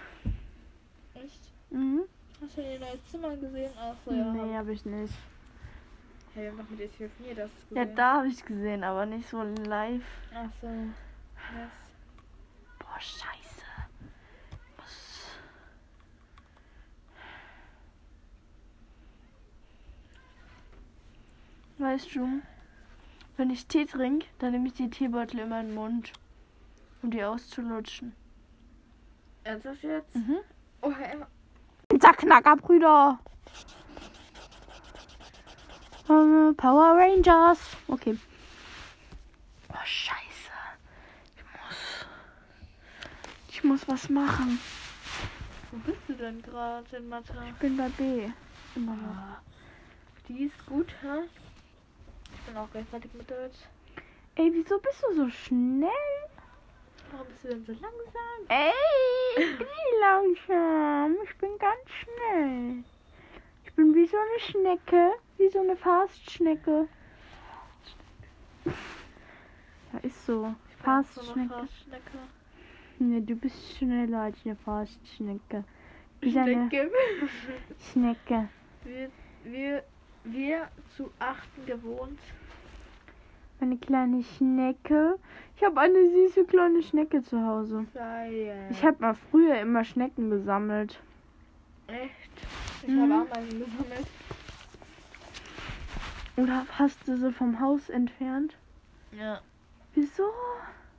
[SPEAKER 1] Echt?
[SPEAKER 3] Mhm.
[SPEAKER 1] Hast du ihr neues Zimmer gesehen? Ach so, ja.
[SPEAKER 3] Nee, habe ich nicht.
[SPEAKER 1] Hey, wir haben doch mit ihr telefoniert, hast du es
[SPEAKER 3] Ja,
[SPEAKER 1] gesehen?
[SPEAKER 3] da habe ich gesehen, aber nicht so live.
[SPEAKER 1] Ach so. Yes.
[SPEAKER 3] Boah, scheiße. Was? Weißt du, wenn ich Tee trinke, dann nehme ich die Teebeutel immer in den Mund, um die auszulutschen.
[SPEAKER 1] Ernsthaft jetzt?
[SPEAKER 3] Mhm.
[SPEAKER 1] Oh, Emma.
[SPEAKER 3] Knacker, Brüder! Äh, Power Rangers! Okay. Oh, scheiße. Ich muss... Ich muss was machen.
[SPEAKER 1] Wo bist du denn gerade in Mathe?
[SPEAKER 3] bin bei B. Immer noch.
[SPEAKER 1] Ah, Die ist gut, ha? Ich bin auch gleichzeitig mit Deutsch.
[SPEAKER 3] Ey, wieso bist du so schnell?
[SPEAKER 1] Warum bist du denn so langsam?
[SPEAKER 3] Ey, ich bin nicht langsam. Ich bin ganz schnell. Ich bin wie so eine Schnecke. Wie so eine Fastschnecke. Ja, ist so. Fastschnecke.
[SPEAKER 1] Fastschnecke.
[SPEAKER 3] Ne, du bist schneller als eine Fastschnecke. Wie so eine
[SPEAKER 1] Schnecke.
[SPEAKER 3] Schnecke.
[SPEAKER 1] wir, wir, wir zu achten gewohnt.
[SPEAKER 3] Eine kleine Schnecke. Ich habe eine süße kleine Schnecke zu Hause.
[SPEAKER 1] Geil.
[SPEAKER 3] Ich habe mal früher immer Schnecken gesammelt.
[SPEAKER 1] Echt? Ich
[SPEAKER 3] Mhm.
[SPEAKER 1] habe auch mal eine gesammelt.
[SPEAKER 3] Oder hast du sie vom Haus entfernt?
[SPEAKER 1] Ja.
[SPEAKER 3] Wieso?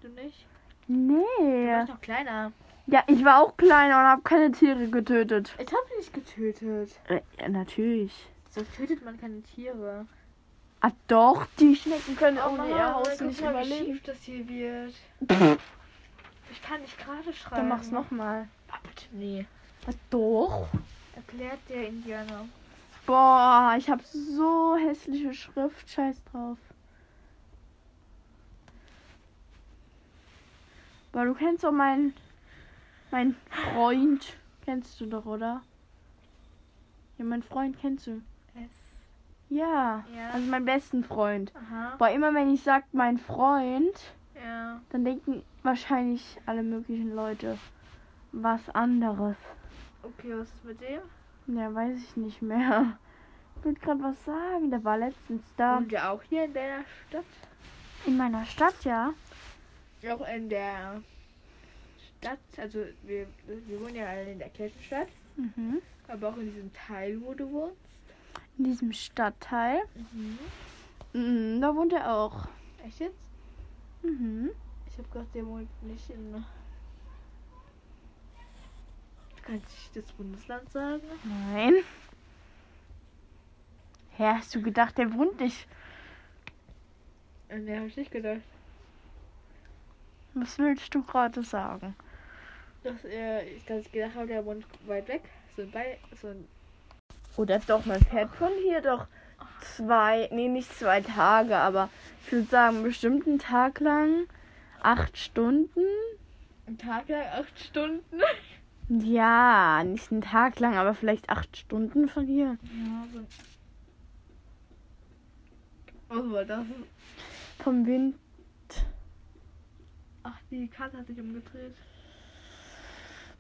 [SPEAKER 1] Du nicht? Du
[SPEAKER 3] Nee.
[SPEAKER 1] warst noch kleiner.
[SPEAKER 3] Ja, ich war auch kleiner und habe keine Tiere getötet.
[SPEAKER 1] Ich habe nicht getötet.
[SPEAKER 3] Äh, ja, natürlich.
[SPEAKER 1] So tötet man keine Tiere.
[SPEAKER 3] Ah doch, die Schnecken können
[SPEAKER 1] Oh,
[SPEAKER 3] ohne
[SPEAKER 1] Mama,
[SPEAKER 3] ihr Haus
[SPEAKER 1] guck
[SPEAKER 3] nicht
[SPEAKER 1] mal, wie
[SPEAKER 3] überleben.
[SPEAKER 1] schief das hier wird. Ich kann nicht gerade schreiben.
[SPEAKER 3] Dann mach's nochmal.
[SPEAKER 1] Ah, bitte nee.
[SPEAKER 3] Ah doch.
[SPEAKER 1] Erklärt der Indianer.
[SPEAKER 3] Boah, ich habe so hässliche Schrift. Scheiß drauf. Boah, du kennst doch meinen mein Freund. Kennst du doch, oder? Ja, meinen Freund kennst du.
[SPEAKER 1] Es.
[SPEAKER 3] Ja.
[SPEAKER 1] Ja.
[SPEAKER 3] Also meinen besten Freund.
[SPEAKER 1] Aha.
[SPEAKER 3] Boah, immer wenn ich sag mein Freund,
[SPEAKER 1] Ja.
[SPEAKER 3] dann denken wahrscheinlich alle möglichen Leute was anderes.
[SPEAKER 1] Okay, was ist mit dem?
[SPEAKER 3] Ja, weiß ich nicht mehr. Ich wollte gerade was sagen. Der war letztens da.
[SPEAKER 1] Wohnt der auch hier in deiner Stadt?
[SPEAKER 3] In meiner Stadt, ja.
[SPEAKER 1] Auch in der Stadt. Also wir, wir wohnen ja alle in der Kirchenstadt.
[SPEAKER 3] Mhm.
[SPEAKER 1] Aber auch in diesem Teil, wo du wohnst.
[SPEAKER 3] In diesem Stadtteil.
[SPEAKER 1] Mhm.
[SPEAKER 3] Mhm, da wohnt er auch.
[SPEAKER 1] Echt jetzt?
[SPEAKER 3] Mhm.
[SPEAKER 1] Ich hab gedacht, der wohnt nicht in. Kann ich das Bundesland sagen?
[SPEAKER 3] Nein. Hä, hast du gedacht, der wohnt nicht?
[SPEAKER 1] Ne, hab ich nicht gedacht.
[SPEAKER 3] Was willst du gerade sagen?
[SPEAKER 1] Dass, äh, ich, dass ich gedacht habe, der wohnt weit weg. So bei. So ein.
[SPEAKER 2] Oder doch, man fährt von hier doch zwei, nee, nicht zwei Tage, aber
[SPEAKER 3] Ich würde sagen, bestimmt einen Tag lang. Acht Stunden?
[SPEAKER 1] Ein Tag lang acht Stunden.
[SPEAKER 3] Ja, nicht einen Tag lang, aber vielleicht acht Stunden von hier.
[SPEAKER 1] Ja, so. Was war das?
[SPEAKER 3] Vom Wind.
[SPEAKER 1] Ach, die Karte hat sich umgedreht.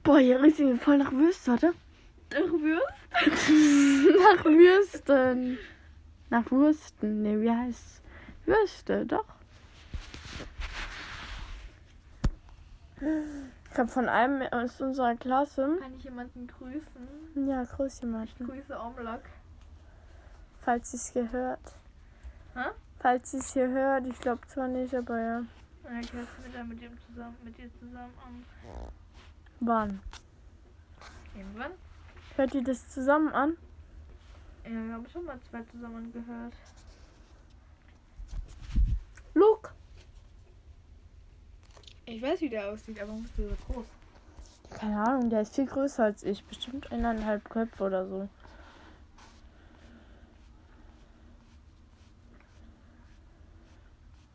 [SPEAKER 3] Boah, hier riecht es voll nach Wüste, oder?
[SPEAKER 1] Wirst?
[SPEAKER 3] nach Würsten. Nach Würsten. Ne, wie heißt Würste, doch. Ich habe von einem aus unserer Klasse.
[SPEAKER 1] Kann ich jemanden grüßen?
[SPEAKER 3] Ja, grüß jemanden.
[SPEAKER 1] Grüße Omlock.
[SPEAKER 3] Falls sie es gehört.
[SPEAKER 1] Hä?
[SPEAKER 3] Falls sie es hier hört, ich glaube zwar nicht, aber ja.
[SPEAKER 1] Ja, Ich lasse mich dann mit ihm zusammen, mit ihr zusammen an.
[SPEAKER 3] Wann?
[SPEAKER 1] Irgendwann?
[SPEAKER 3] Hört ihr das zusammen an?
[SPEAKER 1] Ja, wir haben schon mal zwei zusammen gehört.
[SPEAKER 3] Luke!
[SPEAKER 1] Ich weiß, wie der aussieht, aber warum ist der so groß?
[SPEAKER 3] Keine Ahnung, der ist viel größer als ich. Bestimmt eineinhalb Köpfe oder so.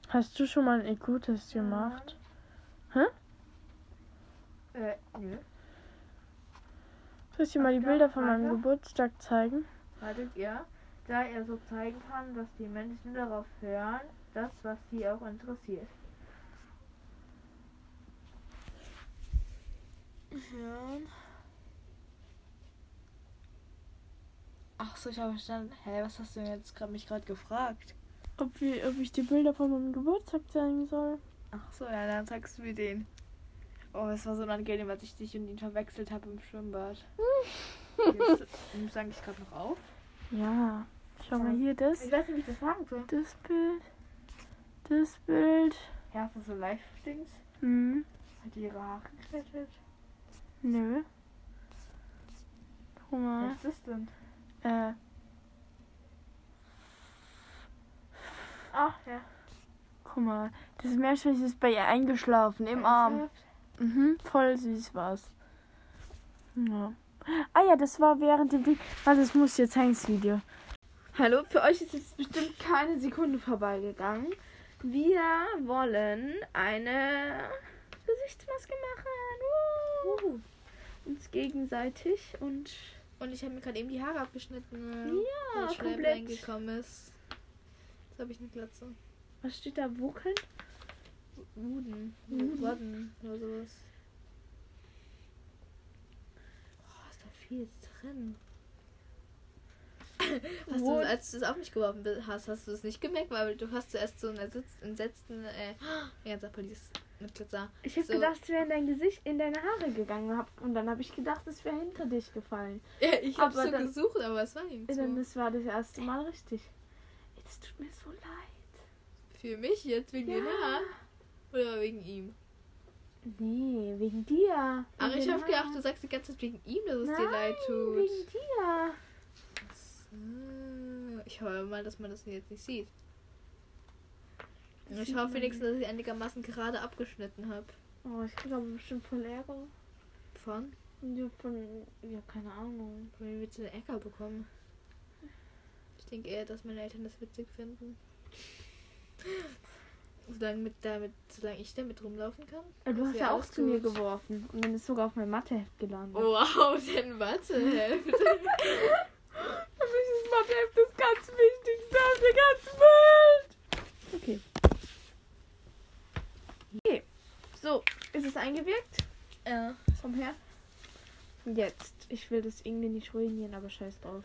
[SPEAKER 3] Hast du schon mal einen IQ-Test gemacht?
[SPEAKER 1] Äh, nö.
[SPEAKER 3] Soll ich dir mal die
[SPEAKER 1] Ja,
[SPEAKER 3] Bilder von meinem
[SPEAKER 1] warte.
[SPEAKER 3] Geburtstag zeigen?
[SPEAKER 1] Wartet ihr? Da er so zeigen kann, dass die Menschen darauf hören, das, was sie auch interessiert. Hören. Ach so, ich habe verstanden. Hä, was hast du jetzt grad, mich gerade gefragt?
[SPEAKER 3] Ob, wir, ob ich die Bilder von meinem Geburtstag zeigen soll?
[SPEAKER 1] Ach so, ja, dann sagst du mir den. Oh, es war so unangenehm, als ich dich und ihn verwechselt habe im Schwimmbad. Jetzt nimmst du eigentlich gerade noch auf?
[SPEAKER 3] Ja. Schau mal hier das.
[SPEAKER 1] Ich weiß nicht, wie ich das sagen soll.
[SPEAKER 3] Das Bild. Das Bild.
[SPEAKER 1] Ja, hast du so Live-Dings?
[SPEAKER 3] Hm.
[SPEAKER 1] Hat die ihre Haare geklettert?
[SPEAKER 3] Nö. Guck mal.
[SPEAKER 1] Was ist das denn?
[SPEAKER 3] Äh. Ah.
[SPEAKER 1] Ach ja.
[SPEAKER 3] Guck mal, das Meerschweinchen ist bei ihr eingeschlafen im Arm. Mhm, voll süß war's. Ja. Ah ja, das war während dem Weg. Warte, das muss ich jetzt zeigen, das Video. Hallo, für euch ist jetzt bestimmt keine Sekunde vorbeigegangen. Wir wollen eine Gesichtsmaske machen. Uh. Uns gegenseitig und
[SPEAKER 2] Und ich habe mir gerade eben die Haare abgeschnitten. ne?
[SPEAKER 3] ja,
[SPEAKER 2] weil Schleim
[SPEAKER 3] komplett.
[SPEAKER 2] reingekommen ist. Jetzt habe ich eine Glatze.
[SPEAKER 3] Was steht da? Wuckeln?
[SPEAKER 2] Wuden.
[SPEAKER 3] Wuden.
[SPEAKER 2] Wodden oder sowas. Boah, ist da viel drin. Hast du,
[SPEAKER 3] Wurden.
[SPEAKER 2] als du es auf mich geworfen bi- hast, hast du es nicht gemerkt, weil du hast zuerst so einen Ersitz, entsetzten, äh, ein ganzer Police mit Glitzer.
[SPEAKER 3] Ich habe
[SPEAKER 2] So.
[SPEAKER 3] gedacht, es wäre in dein Gesicht, in deine Haare gegangen. Hab- Und dann habe ich gedacht, es wäre hinter dich gefallen.
[SPEAKER 2] Ja, ich habe
[SPEAKER 3] Aber
[SPEAKER 2] so
[SPEAKER 3] dann-
[SPEAKER 2] gesucht, aber es war nicht
[SPEAKER 3] Dann
[SPEAKER 2] so.
[SPEAKER 3] das war das erste Mal richtig. Es tut mir so leid.
[SPEAKER 2] Für mich jetzt, wegen den Haaren. Oder wegen ihm?
[SPEAKER 3] Nee, wegen dir.
[SPEAKER 2] Ach,
[SPEAKER 3] Wegen
[SPEAKER 2] ich
[SPEAKER 3] den
[SPEAKER 2] habe gedacht,
[SPEAKER 3] Haaren.
[SPEAKER 2] du sagst die ganze Zeit wegen ihm, dass es
[SPEAKER 3] Nein,
[SPEAKER 2] dir leid tut.
[SPEAKER 3] wegen dir.
[SPEAKER 2] So. Ich hoffe mal, dass man das jetzt nicht sieht.
[SPEAKER 3] Das
[SPEAKER 2] ich
[SPEAKER 3] sieht
[SPEAKER 2] hoffe
[SPEAKER 3] man
[SPEAKER 2] wenigstens, dass ich einigermaßen gerade abgeschnitten habe.
[SPEAKER 3] Oh, ich krieg aber bestimmt voll Ärger.
[SPEAKER 2] Von?
[SPEAKER 3] Ja, von, ja, keine Ahnung.
[SPEAKER 2] Von wem willst du den Äcker bekommen? Ich denke eher, dass meine Eltern das witzig finden. Solange, mit, damit, solange ich damit rumlaufen kann.
[SPEAKER 3] Äh, Du
[SPEAKER 2] Das
[SPEAKER 3] hast
[SPEAKER 2] wär
[SPEAKER 3] ja auch
[SPEAKER 2] auch
[SPEAKER 3] zu mir
[SPEAKER 2] gut.
[SPEAKER 3] geworfen und dann ist sogar auf mein Matheheft gelandet.
[SPEAKER 2] Wow, denn warte,
[SPEAKER 3] Für mich ist Matheheft das ganz Wichtigste auf der ganzen Welt. Okay. Okay. So, ist es eingewirkt?
[SPEAKER 2] ja.
[SPEAKER 3] Komm her. Jetzt. Ich will das irgendwie nicht ruinieren, aber scheiß drauf.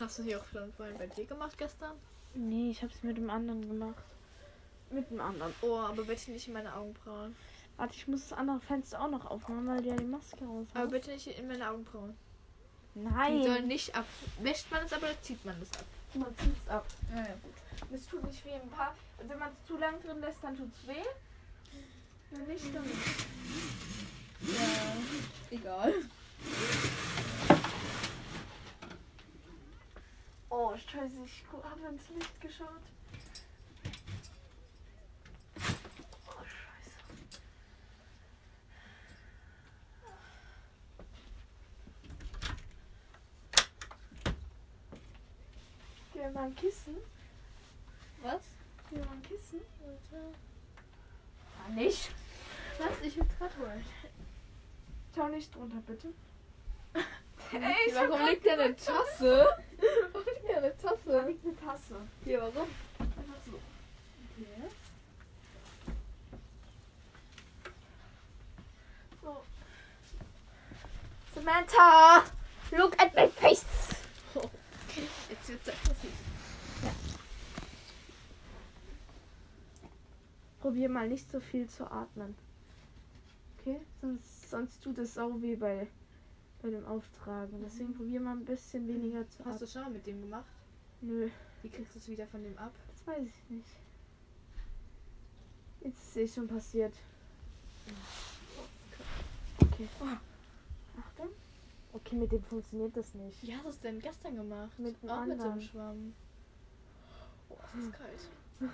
[SPEAKER 2] Hast du hier auch schon vorhin bei dir gemacht gestern?
[SPEAKER 3] Nee, ich hab's mit dem anderen gemacht. Mit dem anderen.
[SPEAKER 2] Oh, aber bitte nicht in meine Augenbrauen.
[SPEAKER 3] Warte, ich muss das andere Fenster auch noch aufmachen, weil du ja die Maske raus hast.
[SPEAKER 2] Aber bitte nicht in meine Augenbrauen. Die sollen
[SPEAKER 3] Nein.
[SPEAKER 2] nicht ab. Wäscht man es ab oder zieht man es ab?
[SPEAKER 3] Man zieht's ab.
[SPEAKER 2] Ja, ja, gut.
[SPEAKER 3] Das tut nicht weh im Paar. Und wenn man es zu lang drin lässt, dann tut's weh. Wenn nicht, dann.
[SPEAKER 2] Ja, egal.
[SPEAKER 3] Oh, scheiße, ich gu- hab ins Licht geschaut. Oh, scheiße. Gib mir mal ein Kissen.
[SPEAKER 2] Was?
[SPEAKER 3] Gib mir mal ein Kissen. Ah, nicht.
[SPEAKER 2] Was? Ich will's grad holen.
[SPEAKER 3] Schau nicht drunter, bitte. Ey,
[SPEAKER 2] warum liegt da eine Tasse? Warum liegt da eine
[SPEAKER 3] Da
[SPEAKER 2] Tasse?
[SPEAKER 3] liegt eine Tasse.
[SPEAKER 2] Hier, warum?
[SPEAKER 3] Einfach so. Okay. So.
[SPEAKER 2] Samantha! Look at my face! Oh. Jetzt wird's aggressiv.
[SPEAKER 3] Probier mal nicht so viel zu atmen. Okay? Sonst, sonst tut es auch weh bei, bei dem Auftragen. Deswegen probier mal ein bisschen weniger zu
[SPEAKER 2] Mhm. Hast
[SPEAKER 3] atmen.
[SPEAKER 2] du schon mal mit dem gemacht?
[SPEAKER 3] Nö,
[SPEAKER 2] Wie kriegst du es wieder von dem ab?
[SPEAKER 3] das weiß ich nicht. Jetzt ist es eh schon passiert. Okay.
[SPEAKER 2] Ah.
[SPEAKER 3] Achtung. Okay, mit dem funktioniert das nicht.
[SPEAKER 2] Wie hast du es denn gestern gemacht?
[SPEAKER 3] Mit dem
[SPEAKER 2] Auch mit so einem
[SPEAKER 3] anderen.
[SPEAKER 2] Schwamm. Oh, es ist kalt. Mmh.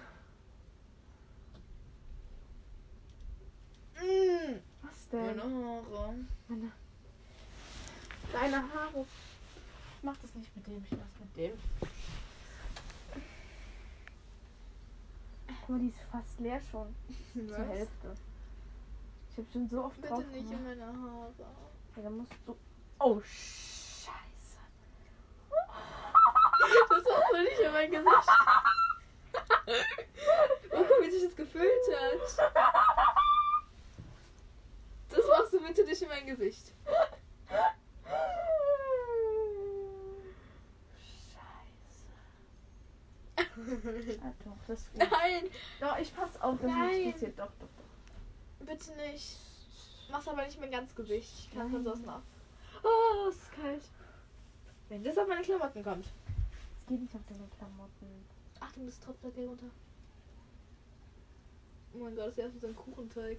[SPEAKER 3] Was denn?
[SPEAKER 2] Meine Haare.
[SPEAKER 3] Deine Haare.
[SPEAKER 2] Ich mach das nicht mit dem, ich mach's mit dem.
[SPEAKER 3] Guck mal, die ist fast leer schon. Zur Hälfte. Ich habe schon so oft
[SPEAKER 2] Bitte
[SPEAKER 3] drauf
[SPEAKER 2] nicht
[SPEAKER 3] gemacht.
[SPEAKER 2] in meine Haare.
[SPEAKER 3] Ja, dann musst du. Oh, scheiße.
[SPEAKER 2] Das war so nicht in mein Gesicht. Oh, guck, wie sich das gefühlt hat. Das machst du bitte nicht in mein Gesicht.
[SPEAKER 3] Scheiße.
[SPEAKER 2] Nein,
[SPEAKER 3] Ah, doch, das ist gut. Doch, ich pass auf, dass
[SPEAKER 2] Nein.
[SPEAKER 3] nichts passiert. Doch, doch, doch.
[SPEAKER 2] bitte nicht. Mach's aber nicht mein ganzes Gesicht. Ich kann
[SPEAKER 3] Nein.
[SPEAKER 2] von sonst nach. Oh, es ist kalt. Wenn das auf meine Klamotten kommt.
[SPEAKER 3] Es geht nicht auf deine Klamotten.
[SPEAKER 2] Achtung, das tropft da gleich runter. Oh mein Gott, das ist ja so ein Kuchenteig.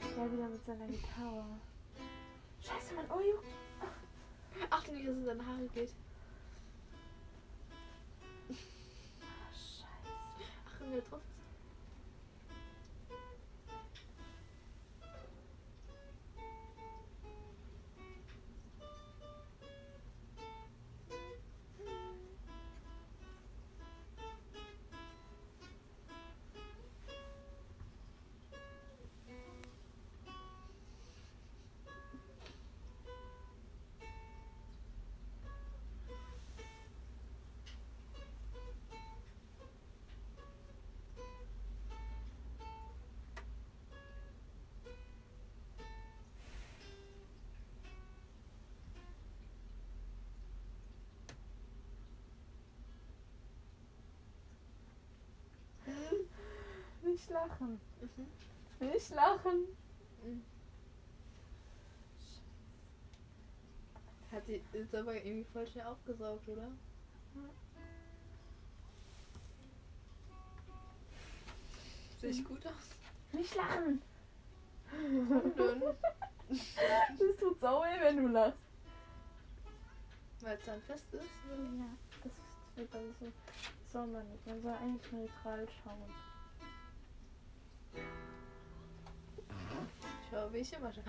[SPEAKER 3] Ja, wieder mit seiner Gitarre. Scheiße, Oh, mein Ohr juckt.
[SPEAKER 2] Achtung, nicht, dass es in deine Haare geht.
[SPEAKER 3] Ah, scheiße.
[SPEAKER 2] Achtung, wieder tropft.
[SPEAKER 3] lachen. Nicht lachen.
[SPEAKER 2] Hat sie ist aber irgendwie voll schnell aufgesaugt, oder? Sehe ich gut aus?
[SPEAKER 3] Nicht lachen.
[SPEAKER 2] Dünn,
[SPEAKER 3] Das tut sau weh, wenn du lachst.
[SPEAKER 2] weil es dann fest ist.
[SPEAKER 3] Ja, das wird dann so. Soll man nicht. Man soll eigentlich neutral schauen.
[SPEAKER 2] Schau, Oh, wie ich immer schon.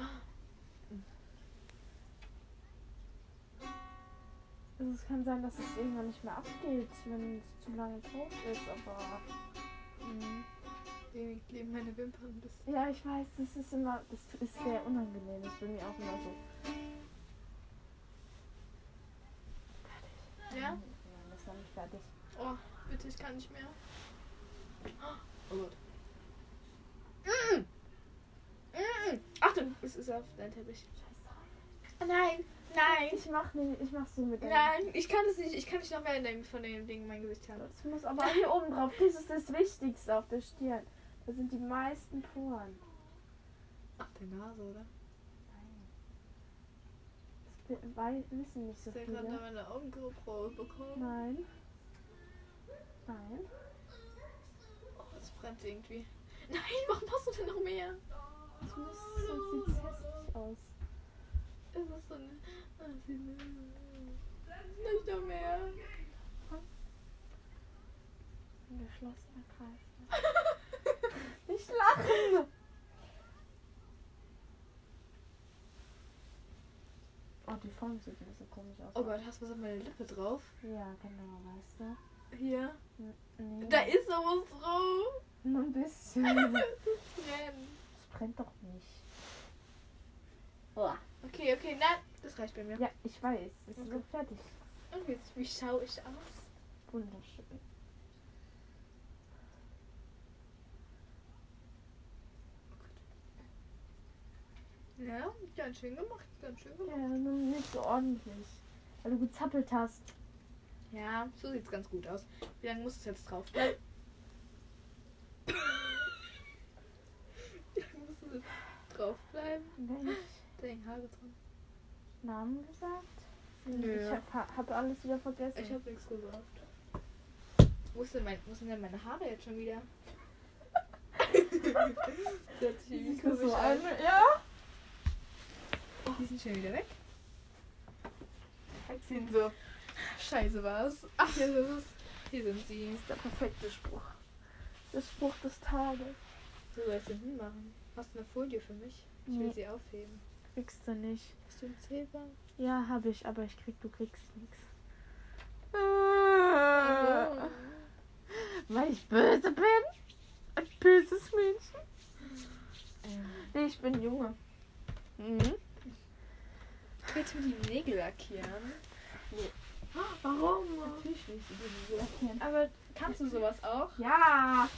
[SPEAKER 3] Also es kann sein, dass es irgendwann nicht mehr abgeht, wenn es zu lange tot ist, aber. mm,
[SPEAKER 2] Irgendwie kleben meine Wimpern ein bisschen.
[SPEAKER 3] Ja, ich weiß, das ist immer. Das ist sehr unangenehm. Das ist bei mir auch immer so.
[SPEAKER 2] Ja?
[SPEAKER 3] Ja, das ist noch nicht fertig.
[SPEAKER 2] Oh, bitte, ich kann nicht mehr. Oh Gott. Mm. Mm. Achtung, es ist auf deinem Teppich. Nein, nein,
[SPEAKER 3] Ich mach, nicht, ich mach so mit deinem-
[SPEAKER 2] nein, ich kann das nicht. Ich kann nicht noch mehr in dem, von dem Ding mein Gesicht haben.
[SPEAKER 3] Das muss aber hier oben drauf. Das ist das Wichtigste auf der Stirn. Da sind die meisten Poren.
[SPEAKER 2] Ach, der Nase, oder?
[SPEAKER 3] Das wi- wei- wissen nicht so
[SPEAKER 2] Ich habe gerade noch
[SPEAKER 3] viele.
[SPEAKER 2] meine Augenbraue bekommen.
[SPEAKER 3] Nein. Nein.
[SPEAKER 2] Oh, es brennt irgendwie. Nein, warum machst du denn noch mehr?
[SPEAKER 3] Das muss, sonst sieht es hässlich aus.
[SPEAKER 2] Es ist so eine. Ah, sie- Nicht noch mehr.
[SPEAKER 3] Ein geschlossener Kreis. Nicht lachen! Oh, die Form sieht ein bisschen komisch aus.
[SPEAKER 2] Oh Gott, hast du was auf meine Lippe drauf?
[SPEAKER 3] Ja, genau, weißt du.
[SPEAKER 2] Hier.
[SPEAKER 3] Nee,
[SPEAKER 2] Da ist sowas drauf.
[SPEAKER 3] nur ein bisschen.
[SPEAKER 2] Tränen.
[SPEAKER 3] Das brennt doch nicht.
[SPEAKER 2] Okay, okay, nein. Das reicht bei mir.
[SPEAKER 3] Ja, ich weiß. Es ist
[SPEAKER 2] Okay.
[SPEAKER 3] so fertig.
[SPEAKER 2] Und jetzt, wie schaue ich aus?
[SPEAKER 3] Wunderschön.
[SPEAKER 2] Ja, ganz schön gemacht, ganz schön
[SPEAKER 3] Ja, nur nicht so ordentlich. Weil du gezappelt hast.
[SPEAKER 2] Ja, so sieht's ganz gut aus. Wie lange muss es jetzt drauf bleiben? Wie lange muss es jetzt drauf bleiben?
[SPEAKER 3] Mensch.
[SPEAKER 2] Dang, Haare dran.
[SPEAKER 3] Namen gesagt? Hm,
[SPEAKER 2] Nö.
[SPEAKER 3] Ich hab, ha- hab alles wieder vergessen.
[SPEAKER 2] Ich hab nichts gesagt. Wo, ist denn mein, wo sind denn meine Haare jetzt schon wieder? das hört sich irgendwie
[SPEAKER 3] Siehst du
[SPEAKER 2] komisch an.
[SPEAKER 3] Ja?
[SPEAKER 2] Die sind schon wieder weg. Jetzt sind so. Scheiße war's. Ach, hier sind es. Hier sind sie.
[SPEAKER 3] Das ist der perfekte Spruch. Der Spruch des Tages.
[SPEAKER 2] Du sollst den hinmachen. Hast du eine Folie für mich? Ich will
[SPEAKER 3] Nee.
[SPEAKER 2] sie aufheben.
[SPEAKER 3] Kriegst du nicht.
[SPEAKER 2] Hast du einen Zebra?
[SPEAKER 3] Ja, habe ich, aber ich krieg, du kriegst nichts.
[SPEAKER 2] Äh. Oh.
[SPEAKER 3] Weil ich böse bin? Ein böses Mädchen?
[SPEAKER 2] Ähm,
[SPEAKER 3] Nee, ich bin Junge. Mhm.
[SPEAKER 2] willst du mir die Nägel lackieren?
[SPEAKER 3] Warum?
[SPEAKER 2] Natürlich will ich die Nägel
[SPEAKER 3] lackieren.
[SPEAKER 2] Aber kannst du sowas auch?
[SPEAKER 3] Ja!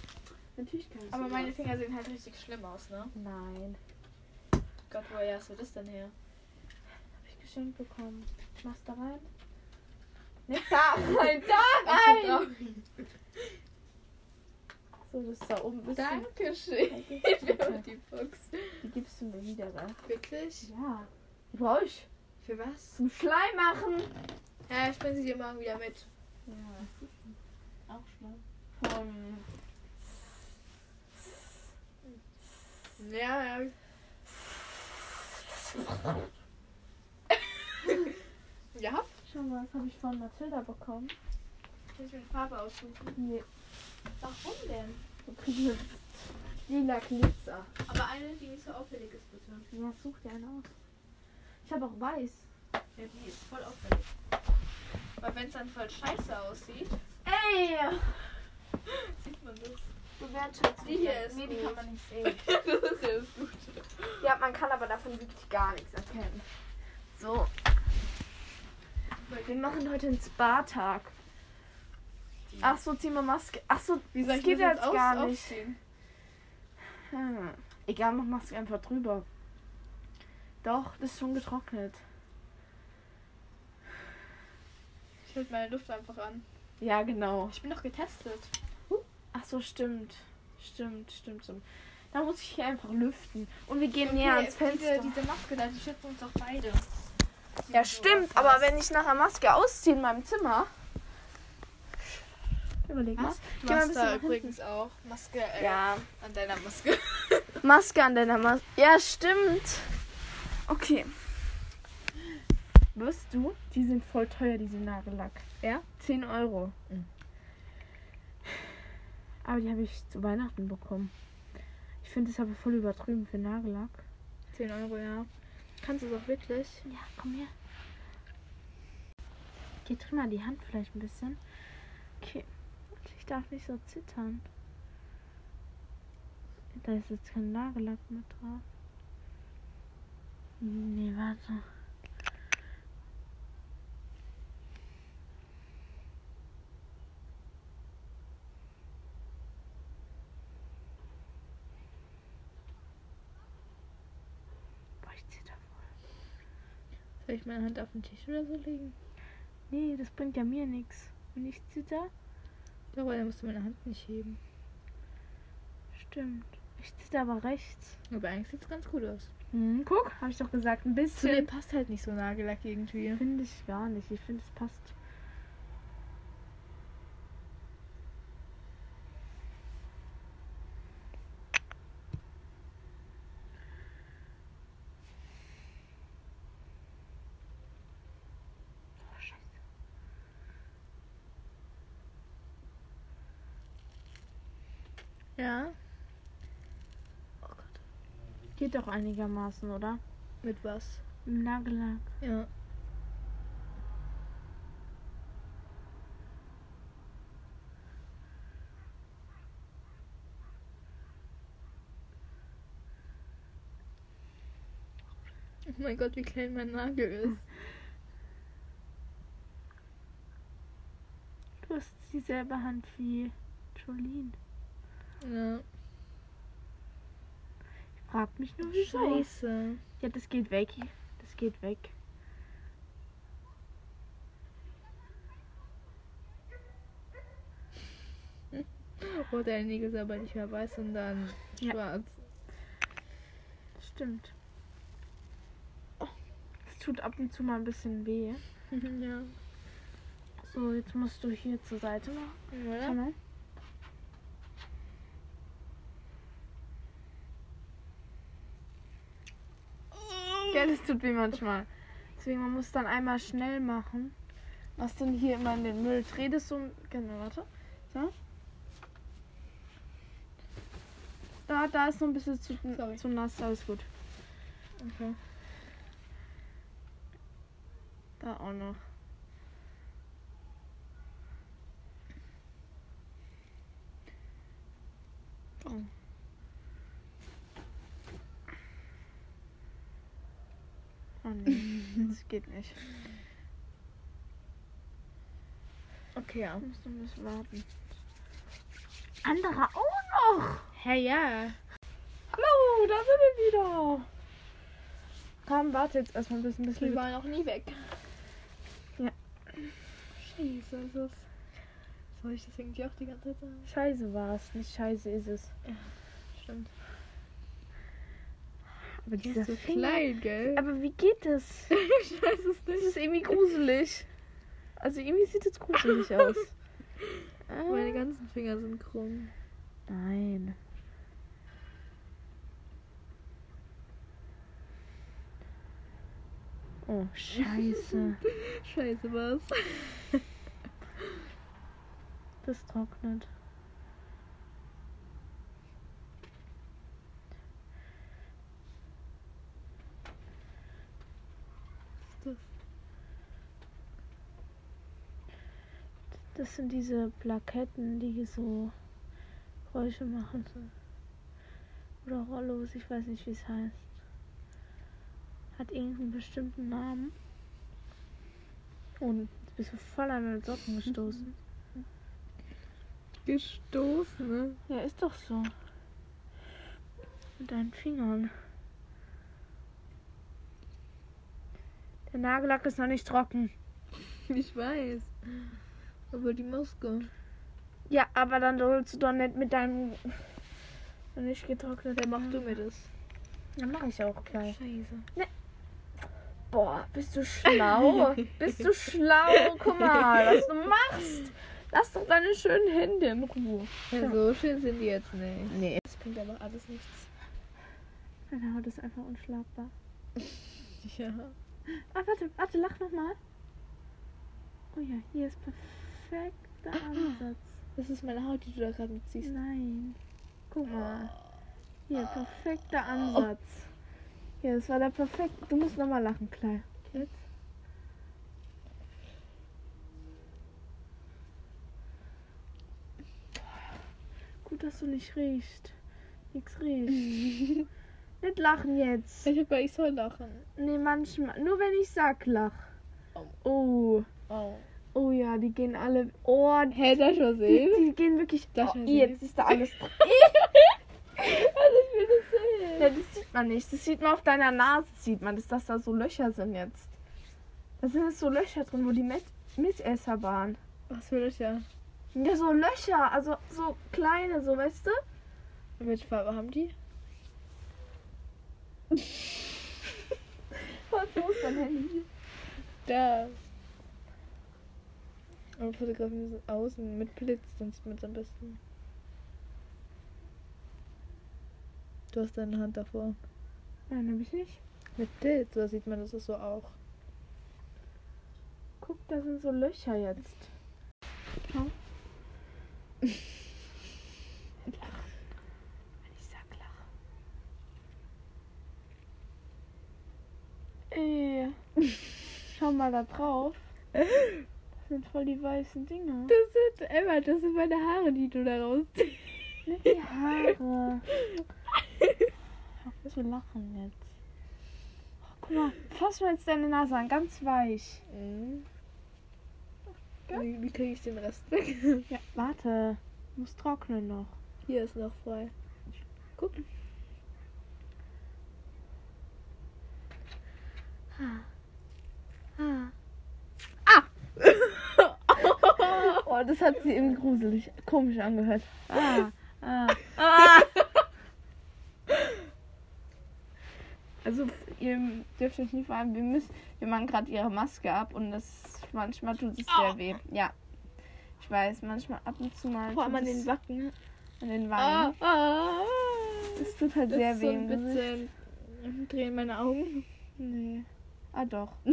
[SPEAKER 3] Natürlich kann ich
[SPEAKER 2] Aber meine
[SPEAKER 3] sowas.
[SPEAKER 2] Finger sehen halt richtig schlimm aus, ne?
[SPEAKER 3] Nein.
[SPEAKER 2] Gott, woher hast du das denn her?
[SPEAKER 3] Hab ich geschenkt bekommen. Machst du rein? Nicht da! Nein, da
[SPEAKER 2] Ach,
[SPEAKER 3] rein! So, das ist da oben ein bisschen.
[SPEAKER 2] Dankeschön. Wir haben die Box.
[SPEAKER 3] Die gibst du mir wieder, da.
[SPEAKER 2] Wirklich?
[SPEAKER 3] Ja. Die brauche ich
[SPEAKER 2] Für was?
[SPEAKER 3] zum Schleim machen.
[SPEAKER 2] Ja, ich bringe sie dir morgen wieder mit.
[SPEAKER 3] Ja.
[SPEAKER 2] Auch schlimm.
[SPEAKER 3] Vom
[SPEAKER 2] Ja, ja. ja,
[SPEAKER 3] Schau mal, das habe ich von Mathilda bekommen.
[SPEAKER 2] kann ich mir eine Farbe aussuchen.
[SPEAKER 3] Nee,
[SPEAKER 2] Warum denn?
[SPEAKER 3] Glitz. Lila Glitzer.
[SPEAKER 2] Aber eine, die nicht so auffällig ist, bitte.
[SPEAKER 3] Ja, such dir einen aus. Ich habe auch weiß.
[SPEAKER 2] Ja, die ist voll auffällig. Weil wenn es dann voll scheiße aussieht,
[SPEAKER 3] Ey!
[SPEAKER 2] sieht man das.
[SPEAKER 3] Du wertschätzt
[SPEAKER 2] Die hier ist
[SPEAKER 3] Nee, die
[SPEAKER 2] gut.
[SPEAKER 3] kann man nicht sehen.
[SPEAKER 2] das ist ja das Gute.
[SPEAKER 3] Ja, man kann aber davon wirklich gar nichts erkennen. So. Wir machen heute einen Spa-Tag. Ach so, zieh mal Maske. Ach so,
[SPEAKER 2] Wie soll
[SPEAKER 3] das
[SPEAKER 2] ich
[SPEAKER 3] geht
[SPEAKER 2] das
[SPEAKER 3] jetzt
[SPEAKER 2] jetzt aus
[SPEAKER 3] gar nicht.
[SPEAKER 2] aufziehen?
[SPEAKER 3] Hm. Egal, mach Maske einfach drüber. Doch, das ist schon getrocknet.
[SPEAKER 2] Ich halte meine Luft einfach an.
[SPEAKER 3] Ja, genau.
[SPEAKER 2] Ich bin noch getestet.
[SPEAKER 3] Ach so, stimmt. Stimmt, stimmt, stimmt. Da muss ich hier einfach lüften. Und wir gehen
[SPEAKER 2] Okay,
[SPEAKER 3] näher ans
[SPEAKER 2] diese-
[SPEAKER 3] Fenster.
[SPEAKER 2] Diese Maske da, die schützt uns doch beide.
[SPEAKER 5] Ja, stimmt, aber wenn ich nachher Maske ausziehe in meinem Zimmer. Überleg mal.
[SPEAKER 2] Was?
[SPEAKER 5] Geh
[SPEAKER 2] Du
[SPEAKER 5] mal ein
[SPEAKER 2] hast
[SPEAKER 5] bisschen nach
[SPEAKER 2] da
[SPEAKER 5] hinten.
[SPEAKER 2] übrigens auch Maske äh,
[SPEAKER 5] Ja,
[SPEAKER 2] an deiner Maske.
[SPEAKER 5] Maske an deiner Maske. Ja, stimmt. Okay.
[SPEAKER 3] Wirst du? Die sind voll teuer, diese Nagellack. Ja? 10 Euro.
[SPEAKER 2] Mhm.
[SPEAKER 3] Aber die habe ich zu Weihnachten bekommen. Ich finde es aber voll übertrieben für Nagellack.
[SPEAKER 2] 10 Euro, ja. Kannst du es auch wirklich?
[SPEAKER 3] Ja, komm her. Geh dreh mal die Hand vielleicht ein bisschen. Okay. Ich darf nicht so zittern. Da ist jetzt kein Nagellack mehr drauf. Nee, warte. Boah, ich zitter
[SPEAKER 2] Soll ich meine Hand auf den Tisch oder so legen?
[SPEAKER 3] Nee, das bringt ja mir nichts. Wenn ich zitter,
[SPEAKER 2] Ja, aber dann musst du meine Hand nicht heben.
[SPEAKER 3] stimmt. Ich zitter aber rechts.
[SPEAKER 2] Aber eigentlich sieht es ganz gut aus.
[SPEAKER 3] Hm, guck, habe ich doch gesagt, ein
[SPEAKER 2] Zu dir
[SPEAKER 3] bisschen.
[SPEAKER 2] passt halt nicht so Nagellack irgendwie.
[SPEAKER 3] Finde ich gar nicht. Ich finde, es passt. Oh, Scheiße.
[SPEAKER 2] Ja.
[SPEAKER 3] Geht doch einigermaßen, oder?
[SPEAKER 2] Mit was?
[SPEAKER 3] Im Nagellack.
[SPEAKER 2] Ja. Oh mein Gott, wie klein mein Nagel ist.
[SPEAKER 3] Du hast dieselbe Hand wie Jolene.
[SPEAKER 2] Ja.
[SPEAKER 3] Frag mich nur, wieso.
[SPEAKER 2] Scheiße.
[SPEAKER 3] Ja, das geht weg. Das geht weg.
[SPEAKER 2] Wo der Nägel ist aber nicht mehr weiß und dann
[SPEAKER 3] Ja.
[SPEAKER 2] schwarz.
[SPEAKER 3] Stimmt. Oh, Es tut ab und zu mal ein bisschen weh.
[SPEAKER 2] ja.
[SPEAKER 3] So, jetzt musst du hier zur Seite machen.
[SPEAKER 2] Oder?
[SPEAKER 3] Komm mal.
[SPEAKER 2] Oh,
[SPEAKER 3] Gell, das tut weh manchmal. Deswegen, man muss dann einmal schnell machen. Was denn hier immer in den Müll? Dreh das so. Genau, warte. So. Da, da ist noch ein bisschen zu,
[SPEAKER 2] Sorry.
[SPEAKER 3] zu nass, alles gut.
[SPEAKER 2] Okay.
[SPEAKER 3] Da auch noch. Oh. Oh nee, das geht nicht.
[SPEAKER 2] Okay, ja.
[SPEAKER 3] Ich muss noch ein bisschen warten. Andere auch noch!
[SPEAKER 2] Hey, ja.
[SPEAKER 3] Hallo, da sind wir wieder! Komm, warte jetzt erstmal, bis ein bisschen.
[SPEAKER 2] Die waren noch nie weg.
[SPEAKER 3] Ja.
[SPEAKER 2] Scheiße, ist das. Soll ich das irgendwie auch die ganze Zeit sagen?
[SPEAKER 3] Scheiße war es, nicht scheiße ist es.
[SPEAKER 2] Stimmt.
[SPEAKER 3] Aber
[SPEAKER 2] Die ist so klein, gell?
[SPEAKER 3] Aber wie geht das?
[SPEAKER 2] ich weiß es
[SPEAKER 3] Das ist irgendwie gruselig. Also irgendwie sieht es gruselig aus. Äh,
[SPEAKER 2] Meine ganzen Finger sind krumm.
[SPEAKER 3] Nein. Oh, scheiße.
[SPEAKER 2] Scheiße, was?
[SPEAKER 3] Das trocknet.
[SPEAKER 2] das?
[SPEAKER 3] Das sind diese Plaketten, die hier so Geräusche machen. Oder Rollos, ich weiß nicht, wie es heißt. Hat irgendeinen bestimmten Namen. Und jetzt bist du voll an meine Socken gestoßen.
[SPEAKER 2] Gestoßen, ne?
[SPEAKER 3] Ja, ist doch so. Mit deinen Fingern. Der Nagellack ist noch nicht trocken.
[SPEAKER 2] Ich weiß. Aber die Maske.
[SPEAKER 3] Ja, aber dann sollst du doch nicht mit deinem
[SPEAKER 2] Und nicht getrocknet.
[SPEAKER 1] Dann mach du mir das.
[SPEAKER 3] Dann mache ich auch gleich.
[SPEAKER 2] Scheiße.
[SPEAKER 3] Boah, bist du schlau? bist du schlau? Guck mal, was du machst. Lass doch deine schönen Hände in Ruhe.
[SPEAKER 1] Ja, so schön sind die jetzt nicht.
[SPEAKER 3] Nee.
[SPEAKER 2] Das bringt aber alles nichts. Meine Haut ist einfach unschlagbar.
[SPEAKER 1] Ja.
[SPEAKER 2] Ah, warte, warte, lach nochmal. Oh ja, hier ist perfekter Ansatz.
[SPEAKER 1] Das ist meine Haut, die du da gerade mitziehst.
[SPEAKER 2] Nein. Guck mal.
[SPEAKER 1] Oh.
[SPEAKER 2] Hier, perfekter Ansatz. Hier, das war der perfekte. Du musst nochmal lachen, Klein. Gut, dass du nicht riechst. Nix riecht. nicht lachen jetzt.
[SPEAKER 1] Ich hab bei ich soll lachen.
[SPEAKER 2] Nee, manchmal. Nur wenn ich sag, lach.
[SPEAKER 1] Oh.
[SPEAKER 2] Oh.
[SPEAKER 1] Oh.
[SPEAKER 2] Oh ja, die gehen alle. Oh,
[SPEAKER 1] Hey, das schon
[SPEAKER 2] die,
[SPEAKER 1] sehen?
[SPEAKER 2] die gehen wirklich.
[SPEAKER 1] Das
[SPEAKER 3] Oh,
[SPEAKER 1] schon
[SPEAKER 3] jetzt ist da alles drin. Ja, Also das sieht man nicht. Das sieht man auf deiner Nase, sieht man, dass, dass da so Löcher sind jetzt. Da sind jetzt so Löcher drin, wo die Met Mitesser waren.
[SPEAKER 1] Was will ich ja?
[SPEAKER 3] Ja, so Löcher, also so kleine, so weißt du?
[SPEAKER 1] Welche Farbe haben die?
[SPEAKER 3] Was los dein Handy?
[SPEAKER 1] Da. Und fotografieren sie außen mit Blitz, dann sieht man es am besten. Du hast deine Hand davor.
[SPEAKER 2] Nein, hab ich nicht.
[SPEAKER 1] Mit Blitz, da sieht man das ist so auch.
[SPEAKER 3] Guck, da sind so Löcher jetzt.
[SPEAKER 2] Schau.
[SPEAKER 3] Wenn ich sag lach.
[SPEAKER 2] Ey. Schau mal da drauf. Das sind voll die weißen Dinger.
[SPEAKER 1] Das sind, Emma, das sind meine Haare, die du da rausziehst.
[SPEAKER 2] Nicht die Haare. Hör auf zu lachen jetzt. Oh, guck mal, fass mal jetzt deine Nase an, ganz weich.
[SPEAKER 1] Mhm. Wie, wie kriege ich den Rest weg?
[SPEAKER 2] Ja, warte. Muss trocknen noch.
[SPEAKER 1] Hier ist noch frei. Guck.
[SPEAKER 2] Oh, das hat sie eben gruselig, komisch angehört. Ah, ah.
[SPEAKER 3] Also ihr dürft euch nicht fragen, wir müssen, wir machen gerade ihre Maske ab und das manchmal tut es
[SPEAKER 1] Oh.
[SPEAKER 3] sehr weh. Ja. Ich weiß, manchmal ab und zu mal
[SPEAKER 1] Vor allem
[SPEAKER 3] tut
[SPEAKER 1] an
[SPEAKER 3] es
[SPEAKER 1] den Wacken.
[SPEAKER 3] an den Wangen.
[SPEAKER 1] ah.
[SPEAKER 3] Es tut halt sehr
[SPEAKER 1] ist
[SPEAKER 3] weh
[SPEAKER 1] so ein
[SPEAKER 3] im Gesicht.
[SPEAKER 1] bisschen. Drehen meine Augen.
[SPEAKER 3] Nee. Ah doch.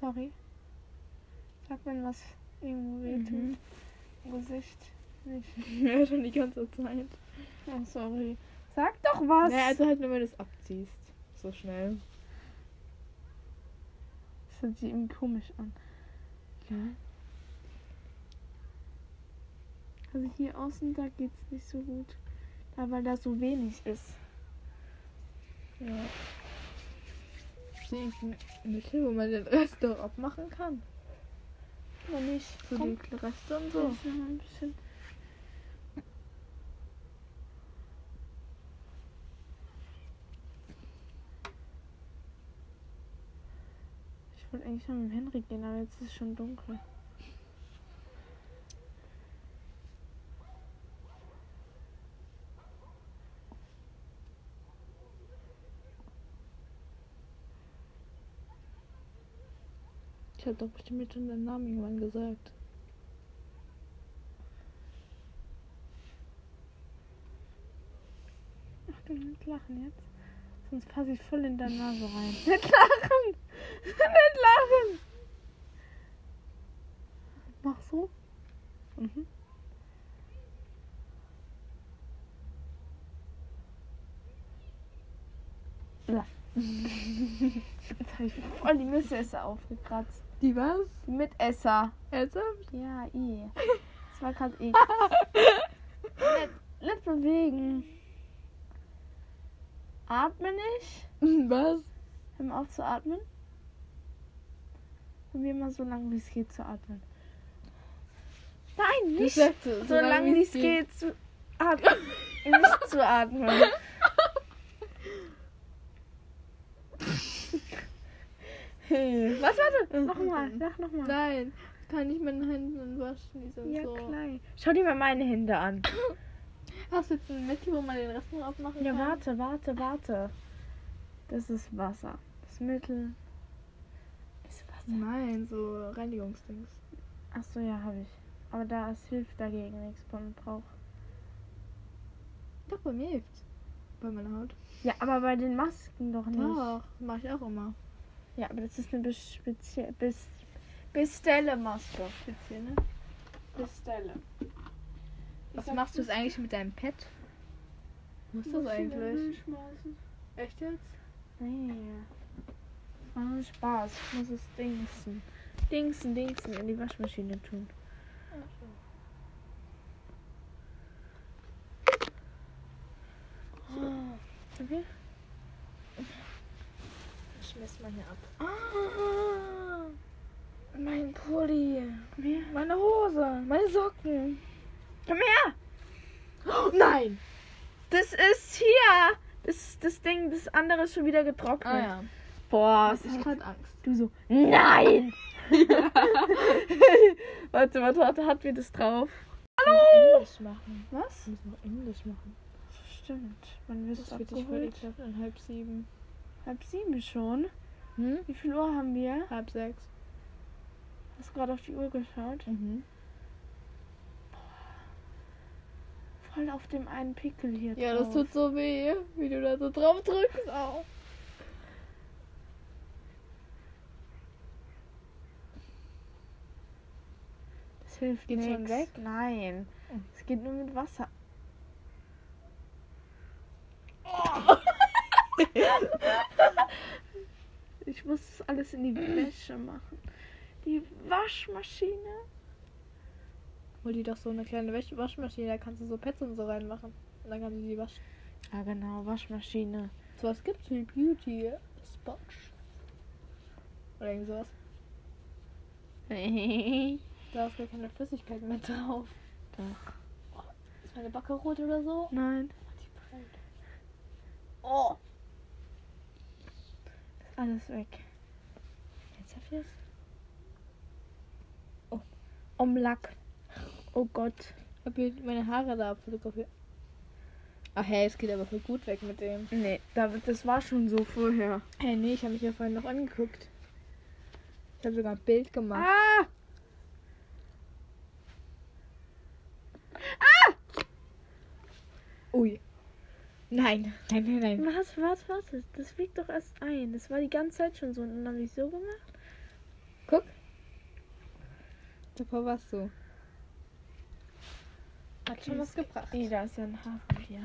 [SPEAKER 3] Sorry. Sag mir was irgendwo wehtut.
[SPEAKER 1] Mhm.
[SPEAKER 3] Im Gesicht. Nicht.
[SPEAKER 1] Ja, schon die ganze Zeit.
[SPEAKER 3] Oh, sorry. Sag doch was.
[SPEAKER 1] Naja, also halt, wenn du das abziehst. So schnell.
[SPEAKER 3] Das hört sich irgendwie komisch an.
[SPEAKER 2] Ja. Also hier außen, da geht's nicht so gut. Da, weil da so wenig ist.
[SPEAKER 1] Ja. Steht Mittel, wo man den Rest doch abmachen kann.
[SPEAKER 3] Noch nicht.
[SPEAKER 1] So
[SPEAKER 3] Komm,
[SPEAKER 1] die Reste und
[SPEAKER 2] So.
[SPEAKER 1] so.
[SPEAKER 2] Ein bisschen. Ich wollte eigentlich noch mit dem Henry gehen, aber jetzt ist es schon dunkel.
[SPEAKER 1] Ich hab doch bestimmt jetzt schon deinen Namen irgendwann gesagt.
[SPEAKER 2] Ach, du nicht lachen jetzt. Sonst passe ich voll in deine Nase rein.
[SPEAKER 3] Nicht lachen! Nicht lachen!
[SPEAKER 2] Mach so.
[SPEAKER 1] Mhm.
[SPEAKER 3] Jetzt habe ich voll die Mitesser aufgekratzt.
[SPEAKER 1] Die was?
[SPEAKER 3] Die Mitesser.
[SPEAKER 1] Ernsthaft?
[SPEAKER 3] Ja, eh. Das war gerade eh. nicht, nicht bewegen. Atme nicht.
[SPEAKER 1] Was?
[SPEAKER 3] Hör mal auf zu atmen. Probier mal so lange wie es geht zu atmen.
[SPEAKER 6] Nein,
[SPEAKER 2] Du
[SPEAKER 6] nicht.
[SPEAKER 2] sagst so,
[SPEAKER 6] Solange
[SPEAKER 2] wie
[SPEAKER 6] es geht, zu atmen. nicht zu atmen. Hey.
[SPEAKER 2] Was, warte?
[SPEAKER 3] Nochmal, sag nochmal.
[SPEAKER 2] Nein, ich kann nicht meine Hände waschen, die sind
[SPEAKER 3] Ja,
[SPEAKER 2] so.
[SPEAKER 3] klein. Schau dir mal meine Hände an.
[SPEAKER 2] Hast du jetzt ein Mittel, wo man den Rest noch abmachen
[SPEAKER 3] Ja,
[SPEAKER 2] kann?
[SPEAKER 3] warte, warte, warte. Das ist Wasser. Das Mittel. Das ist Wasser.
[SPEAKER 2] Nein, so Reinigungsdings.
[SPEAKER 3] Achso, ja, habe ich. Aber da es hilft dagegen nichts beim Gebrauch.
[SPEAKER 2] Doch, bei mir hilft's. Bei meiner Haut.
[SPEAKER 3] Ja, aber bei den Masken doch nicht.
[SPEAKER 2] Doch, mach ich auch immer.
[SPEAKER 3] Ja, aber das ist eine bes- speziell. Bis Bestelle Maske.
[SPEAKER 2] Speziell, ne?
[SPEAKER 6] Bestelle.
[SPEAKER 2] Was machst du es eigentlich mit deinem Pad? Muss das eigentlich? Echt jetzt? Ah,
[SPEAKER 3] Nee. Das war nur Spaß. Ich muss es dingsen. Dingsen, dingsen in die Waschmaschine tun.
[SPEAKER 2] Ah,
[SPEAKER 3] Okay.
[SPEAKER 2] Schmiss mal hier ab.
[SPEAKER 3] Mein Pulli. Ah. Meine Hose. Meine Socken. Komm her! Oh,
[SPEAKER 2] nein!
[SPEAKER 3] Das ist hier. Das, das Ding, das andere ist schon wieder getrocknet.
[SPEAKER 2] Ah ja. halt
[SPEAKER 3] Boah,
[SPEAKER 2] Hast du gerade Angst?
[SPEAKER 3] Du so, nein! warte, warte, warte, hat wir das drauf? Hallo! Englisch machen.
[SPEAKER 2] Was?
[SPEAKER 3] Müssen wir Englisch machen. Stimmt. Wann wirst
[SPEAKER 2] Das
[SPEAKER 3] du
[SPEAKER 2] wird sich voll
[SPEAKER 3] abgeholt?
[SPEAKER 2] geklappt an halb sieben.
[SPEAKER 3] Halb sieben schon.
[SPEAKER 2] Hm?
[SPEAKER 3] Wie viel Uhr haben wir?
[SPEAKER 2] Halb sechs.
[SPEAKER 3] Hast gerade auf die Uhr geschaut?
[SPEAKER 2] Mhm.
[SPEAKER 3] Voll auf dem einen Pickel hier
[SPEAKER 2] Ja,
[SPEAKER 3] drauf.
[SPEAKER 2] das tut so weh, wie du da so drauf drückst. Au.
[SPEAKER 3] Das hilft
[SPEAKER 2] Geht
[SPEAKER 3] Geht
[SPEAKER 2] schon
[SPEAKER 3] schon
[SPEAKER 2] weg?
[SPEAKER 3] weg? Hm. Nein. Es geht nur mit Wasser. ich muss das alles in die Wäsche machen. Die Waschmaschine.
[SPEAKER 2] Hol dir doch so eine kleine Wäsch Waschmaschine, da kannst du so Pets und so reinmachen. Und dann kannst du die waschen.
[SPEAKER 3] Ja genau, Waschmaschine.
[SPEAKER 2] So was gibt's wie Beauty Sponge. Oder irgend sowas.
[SPEAKER 3] Doch.
[SPEAKER 2] Da ist gar keine Flüssigkeit mehr drauf. Ist meine Backe rot oder so?
[SPEAKER 3] Nein.
[SPEAKER 2] Die brennt.
[SPEAKER 6] Oh.
[SPEAKER 3] Alles weg.
[SPEAKER 2] Jetzt hab ich's.
[SPEAKER 3] Umlack. Oh Gott.
[SPEAKER 2] Hab hier meine Haare da fotografiert. Ach hey, es geht aber voll gut weg mit dem.
[SPEAKER 3] Nee, David, das war schon so vorher.
[SPEAKER 2] Hey, nee, ich habe mich ja vorhin noch angeguckt. Ich habe sogar ein Bild gemacht.
[SPEAKER 3] Ah!
[SPEAKER 2] Ui. Nein, nein, nein, nein.
[SPEAKER 3] Warte, warte, warte. Das fliegt doch erst ein. Das war die ganze Zeit schon so. Und dann habe ich so gemacht.
[SPEAKER 2] Guck. Davor warst du. Hat schon was gebracht.
[SPEAKER 3] Nee, da ist ja ein Hafer hier.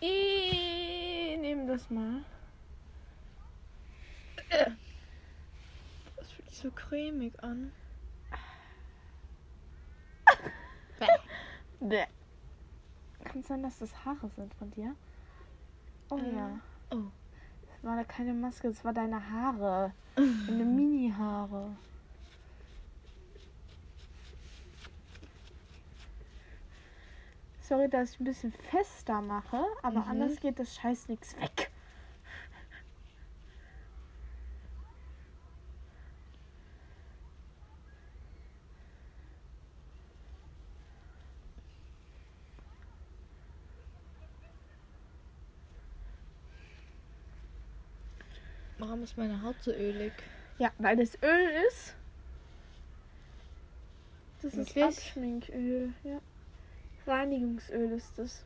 [SPEAKER 3] Ich nehme das mal.
[SPEAKER 2] Das fühlt sich so cremig an.
[SPEAKER 3] Bäh. Kann es sein, dass das Haare sind von dir? Oh
[SPEAKER 2] Äh,
[SPEAKER 3] ja.
[SPEAKER 2] oh.
[SPEAKER 3] Das war da keine Maske, das war deine Haare. Deine Mini-Haare. Sorry, dass ich ein bisschen fester mache, aber
[SPEAKER 2] Mhm.
[SPEAKER 3] anders geht das Scheiß nix weg.
[SPEAKER 2] Warum ist meine Haut so ölig?
[SPEAKER 3] Ja, weil das Öl ist. Das ist
[SPEAKER 2] Wirklich?
[SPEAKER 3] Abschminköl, ja. Reinigungsöl ist das.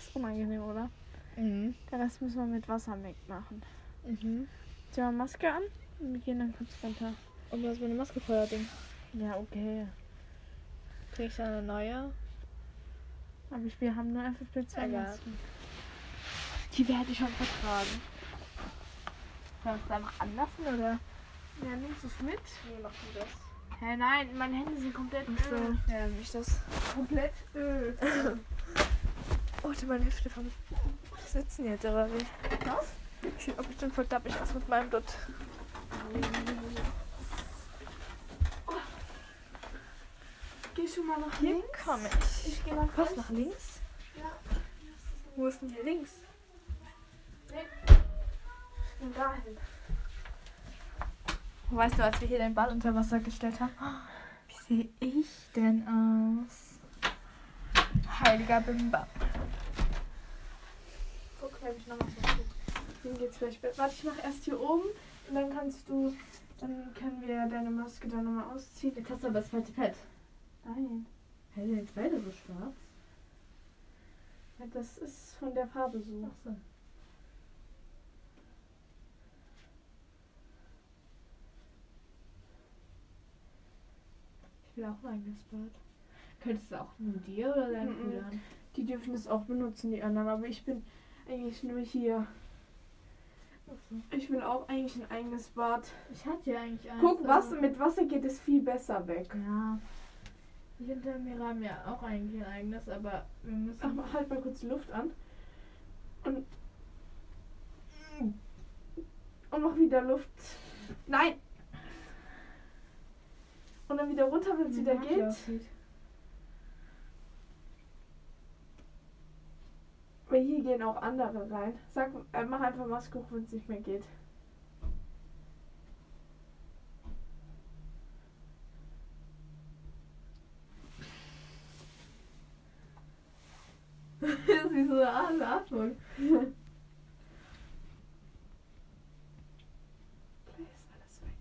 [SPEAKER 3] Ist unangenehm, oder?
[SPEAKER 2] Mhm.
[SPEAKER 3] Den Rest müssen wir mit Wasser wegmachen.
[SPEAKER 2] Mhm.
[SPEAKER 3] Zieh mal Maske an und wir gehen dann kurz runter.
[SPEAKER 2] Und du hast meine Maske voller Ding.
[SPEAKER 3] Ja, okay.
[SPEAKER 2] Krieg ich da eine neue?
[SPEAKER 3] Aber ich, wir haben nur FFP2
[SPEAKER 2] Egal.
[SPEAKER 3] Masken.
[SPEAKER 2] Die werde ich schon vertragen.
[SPEAKER 3] Kannst du es einfach anlassen, oder? Ja, nimmst du es mit?
[SPEAKER 2] Nee, mach du das.
[SPEAKER 3] Hä, nein, meine Hände sind komplett
[SPEAKER 2] So.
[SPEAKER 3] Öl.
[SPEAKER 2] Ah, Ja, dann ich das.
[SPEAKER 3] Komplett Öl.
[SPEAKER 2] Oh, du meine Hüfte vom Sitzen jetzt, aber wie?
[SPEAKER 3] Was?
[SPEAKER 7] Ich sieht auch bestimmt voll dappig aus mit meinem dort.
[SPEAKER 2] Oh.
[SPEAKER 3] Geh schon mal nach
[SPEAKER 7] Hier
[SPEAKER 3] links.
[SPEAKER 7] komme ich.
[SPEAKER 3] Ich gehe nach
[SPEAKER 7] Was,
[SPEAKER 3] rechts.
[SPEAKER 7] nach links?
[SPEAKER 3] Ja.
[SPEAKER 7] Wo ist denn hier links?
[SPEAKER 3] Ich bin dahin.
[SPEAKER 7] Weißt du, als wir hier den Ball unter Wasser gestellt haben, Oh, wie sehe ich denn aus? Heiliger Bimba.
[SPEAKER 3] Guck, wenn ich noch was mache. Dann geht's vielleicht besser. Warte, ich mache erst hier oben und dann kannst du. Dann können wir deine Maske dann nochmal ausziehen.
[SPEAKER 2] Jetzt hast du aber das falsche Pad.
[SPEAKER 3] Nein.
[SPEAKER 2] Hä, sind jetzt beide so schwarz?
[SPEAKER 3] Ja, Das ist von der Farbe so.
[SPEAKER 2] Ach so. Ich will auch mein eigenes Bad. Könntest du auch nur dir oder deinen
[SPEAKER 3] Mhm.
[SPEAKER 2] Brüdern?
[SPEAKER 3] Die dürfen das auch benutzen, die anderen. Aber ich bin eigentlich nur hier. Ich will auch eigentlich ein eigenes Bad.
[SPEAKER 2] Ich hatte ja eigentlich eins.
[SPEAKER 3] Guck, Wasser,
[SPEAKER 2] aber-
[SPEAKER 3] mit Wasser geht es viel besser weg.
[SPEAKER 2] Ja. Ich und der Mira haben ja auch eigentlich ein eigenes, aber wir müssen. Hm,
[SPEAKER 3] Ach, mal, halt mal kurz die Luft an. Und. Und mach wieder Luft. Nein! Und dann wieder runter,
[SPEAKER 2] Mhm,
[SPEAKER 3] wenn es wieder geht. Weil hier gehen auch andere rein. Sag, äh, mach einfach Maske hoch, wenn es nicht mehr geht.
[SPEAKER 2] das ist wie so eine Art- Atmung.
[SPEAKER 3] Gleich ist alles weg.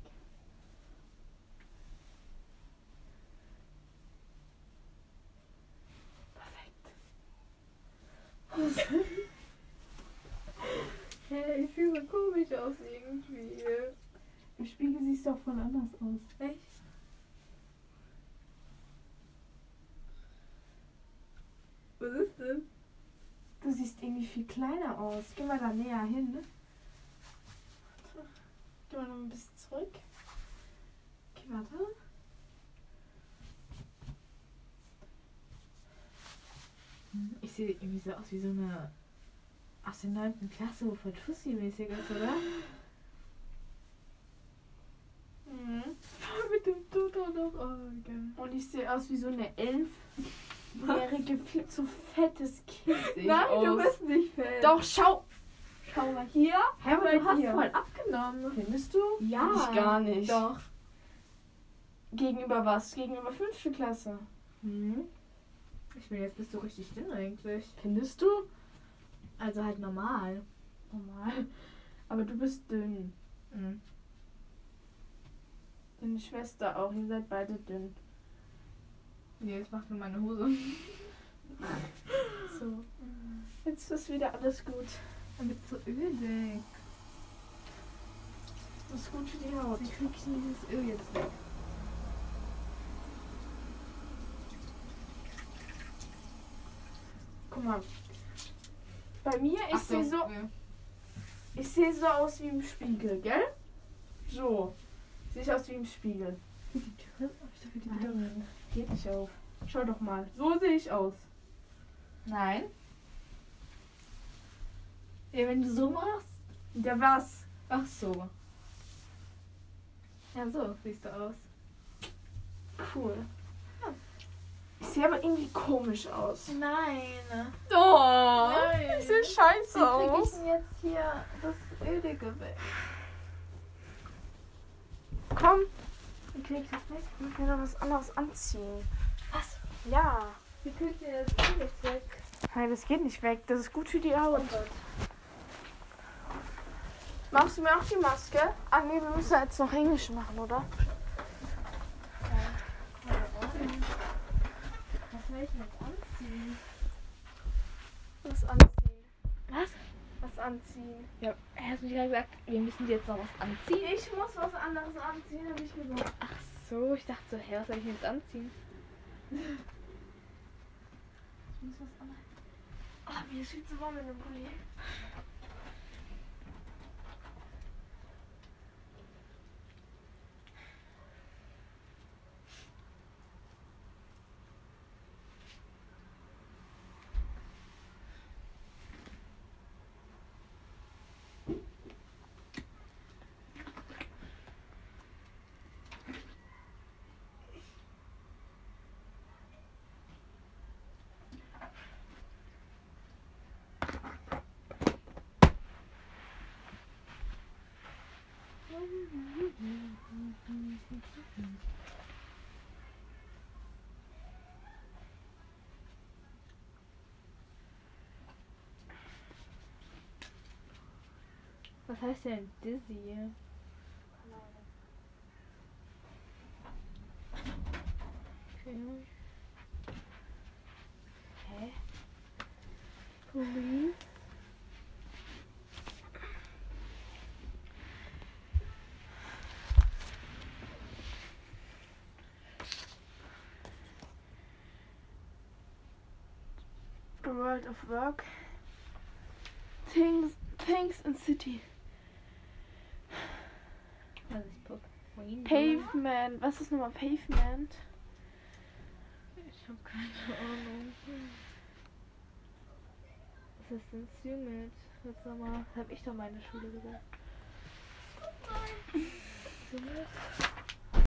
[SPEAKER 2] Hey, ich fühle mich komisch aus irgendwie.
[SPEAKER 3] Im Spiegel siehst du auch voll anders aus.
[SPEAKER 2] Echt? Was ist denn?
[SPEAKER 3] Du siehst irgendwie viel kleiner aus. Geh mal da näher hin. Ne? Geh mal noch ein bisschen zurück. Geh mal da.
[SPEAKER 2] Ich sehe irgendwie so aus wie so eine aus der 9. Klasse, wo voll Tussi-mäßig ist, oder? Mit dem Tutor noch. Oh, geil.
[SPEAKER 3] Und ich sehe aus wie so eine elfjährige, viel zu fettes Kind.
[SPEAKER 2] Sehe ich
[SPEAKER 3] Nein, du
[SPEAKER 2] aus.
[SPEAKER 3] bist nicht fett.
[SPEAKER 7] Doch, schau!
[SPEAKER 3] schau mal hier.
[SPEAKER 2] Hä, aber du
[SPEAKER 3] Bei
[SPEAKER 2] hast
[SPEAKER 3] dir.
[SPEAKER 2] voll abgenommen.
[SPEAKER 3] Findest du?
[SPEAKER 2] Ja.
[SPEAKER 3] Ich gar nicht.
[SPEAKER 2] Doch.
[SPEAKER 3] Gegenüber was? Gegenüber fünfte Klasse.
[SPEAKER 2] Hm. Ich bin jetzt bist du richtig dünn eigentlich.
[SPEAKER 3] Findest du?
[SPEAKER 2] Also halt normal.
[SPEAKER 3] Normal. Aber du bist dünn.
[SPEAKER 2] Mhm.
[SPEAKER 3] Deine Schwester auch. Ihr seid beide dünn.
[SPEAKER 2] Nee, das macht nur meine Hose.
[SPEAKER 3] So. Jetzt ist wieder alles gut.
[SPEAKER 2] Dann wird's so ölig.
[SPEAKER 3] Das ist gut für die Haut.
[SPEAKER 2] Wie krieg ich denn dieses Öl jetzt weg?
[SPEAKER 3] Guck mal. Bei mir, ich sehe so,
[SPEAKER 2] wir-
[SPEAKER 3] ich sehe so aus wie im Spiegel, gell? So. Sehe ich aus wie im Spiegel.
[SPEAKER 2] Die Tür? Hab ich dafür die Tür?
[SPEAKER 3] Nein. Geht nicht auf. Schau doch mal. So sehe ich aus.
[SPEAKER 2] Nein. Ja, wenn du so machst.
[SPEAKER 3] Ja, was?
[SPEAKER 2] Ach so. Ja, so siehst du aus.
[SPEAKER 3] Cool. Ich sehe aber irgendwie komisch aus.
[SPEAKER 2] Nein.
[SPEAKER 7] Oh,
[SPEAKER 2] Nein.
[SPEAKER 7] ich sehe scheiße
[SPEAKER 2] Wie krieg ich
[SPEAKER 7] aus.
[SPEAKER 2] denn jetzt hier das Ölige weg?
[SPEAKER 7] Komm,
[SPEAKER 3] Wie krieg ich das weg?
[SPEAKER 7] ich muss mir noch was anderes anziehen.
[SPEAKER 2] Was?
[SPEAKER 7] Ja.
[SPEAKER 2] Wie krieg ich denn das Ölige weg?
[SPEAKER 7] Nein, das geht nicht weg. Das ist gut für die Haut.
[SPEAKER 2] Gott.
[SPEAKER 7] Machst du mir auch die Maske? Ah, nee, wir müssen jetzt noch Englisch machen, oder?
[SPEAKER 2] Was soll ich denn jetzt anziehen?
[SPEAKER 7] Was anziehen?
[SPEAKER 2] Was?
[SPEAKER 7] Was anziehen?
[SPEAKER 2] Ja, hast du nicht gerade gesagt, wir müssen dir jetzt noch was anziehen?
[SPEAKER 3] Ich muss was anderes anziehen, habe ich gesagt.
[SPEAKER 2] Ach so, ich dachte so, hä, was soll ich denn jetzt anziehen?
[SPEAKER 3] Ich muss was anderes. Ah, mir ist viel zu warm in dem Pulli.
[SPEAKER 1] Was heißt denn Dizzy? Okay. Hä? Police?
[SPEAKER 3] A world of work. Things, things in city.
[SPEAKER 1] Was ist Pop? Wayne?
[SPEAKER 3] Pavement. Was ist nochmal Pavement?
[SPEAKER 1] Ich hab keine Ahnung. Was ist denn Sumit? Jetzt nochmal. Hab ich doch meine Schule gesagt.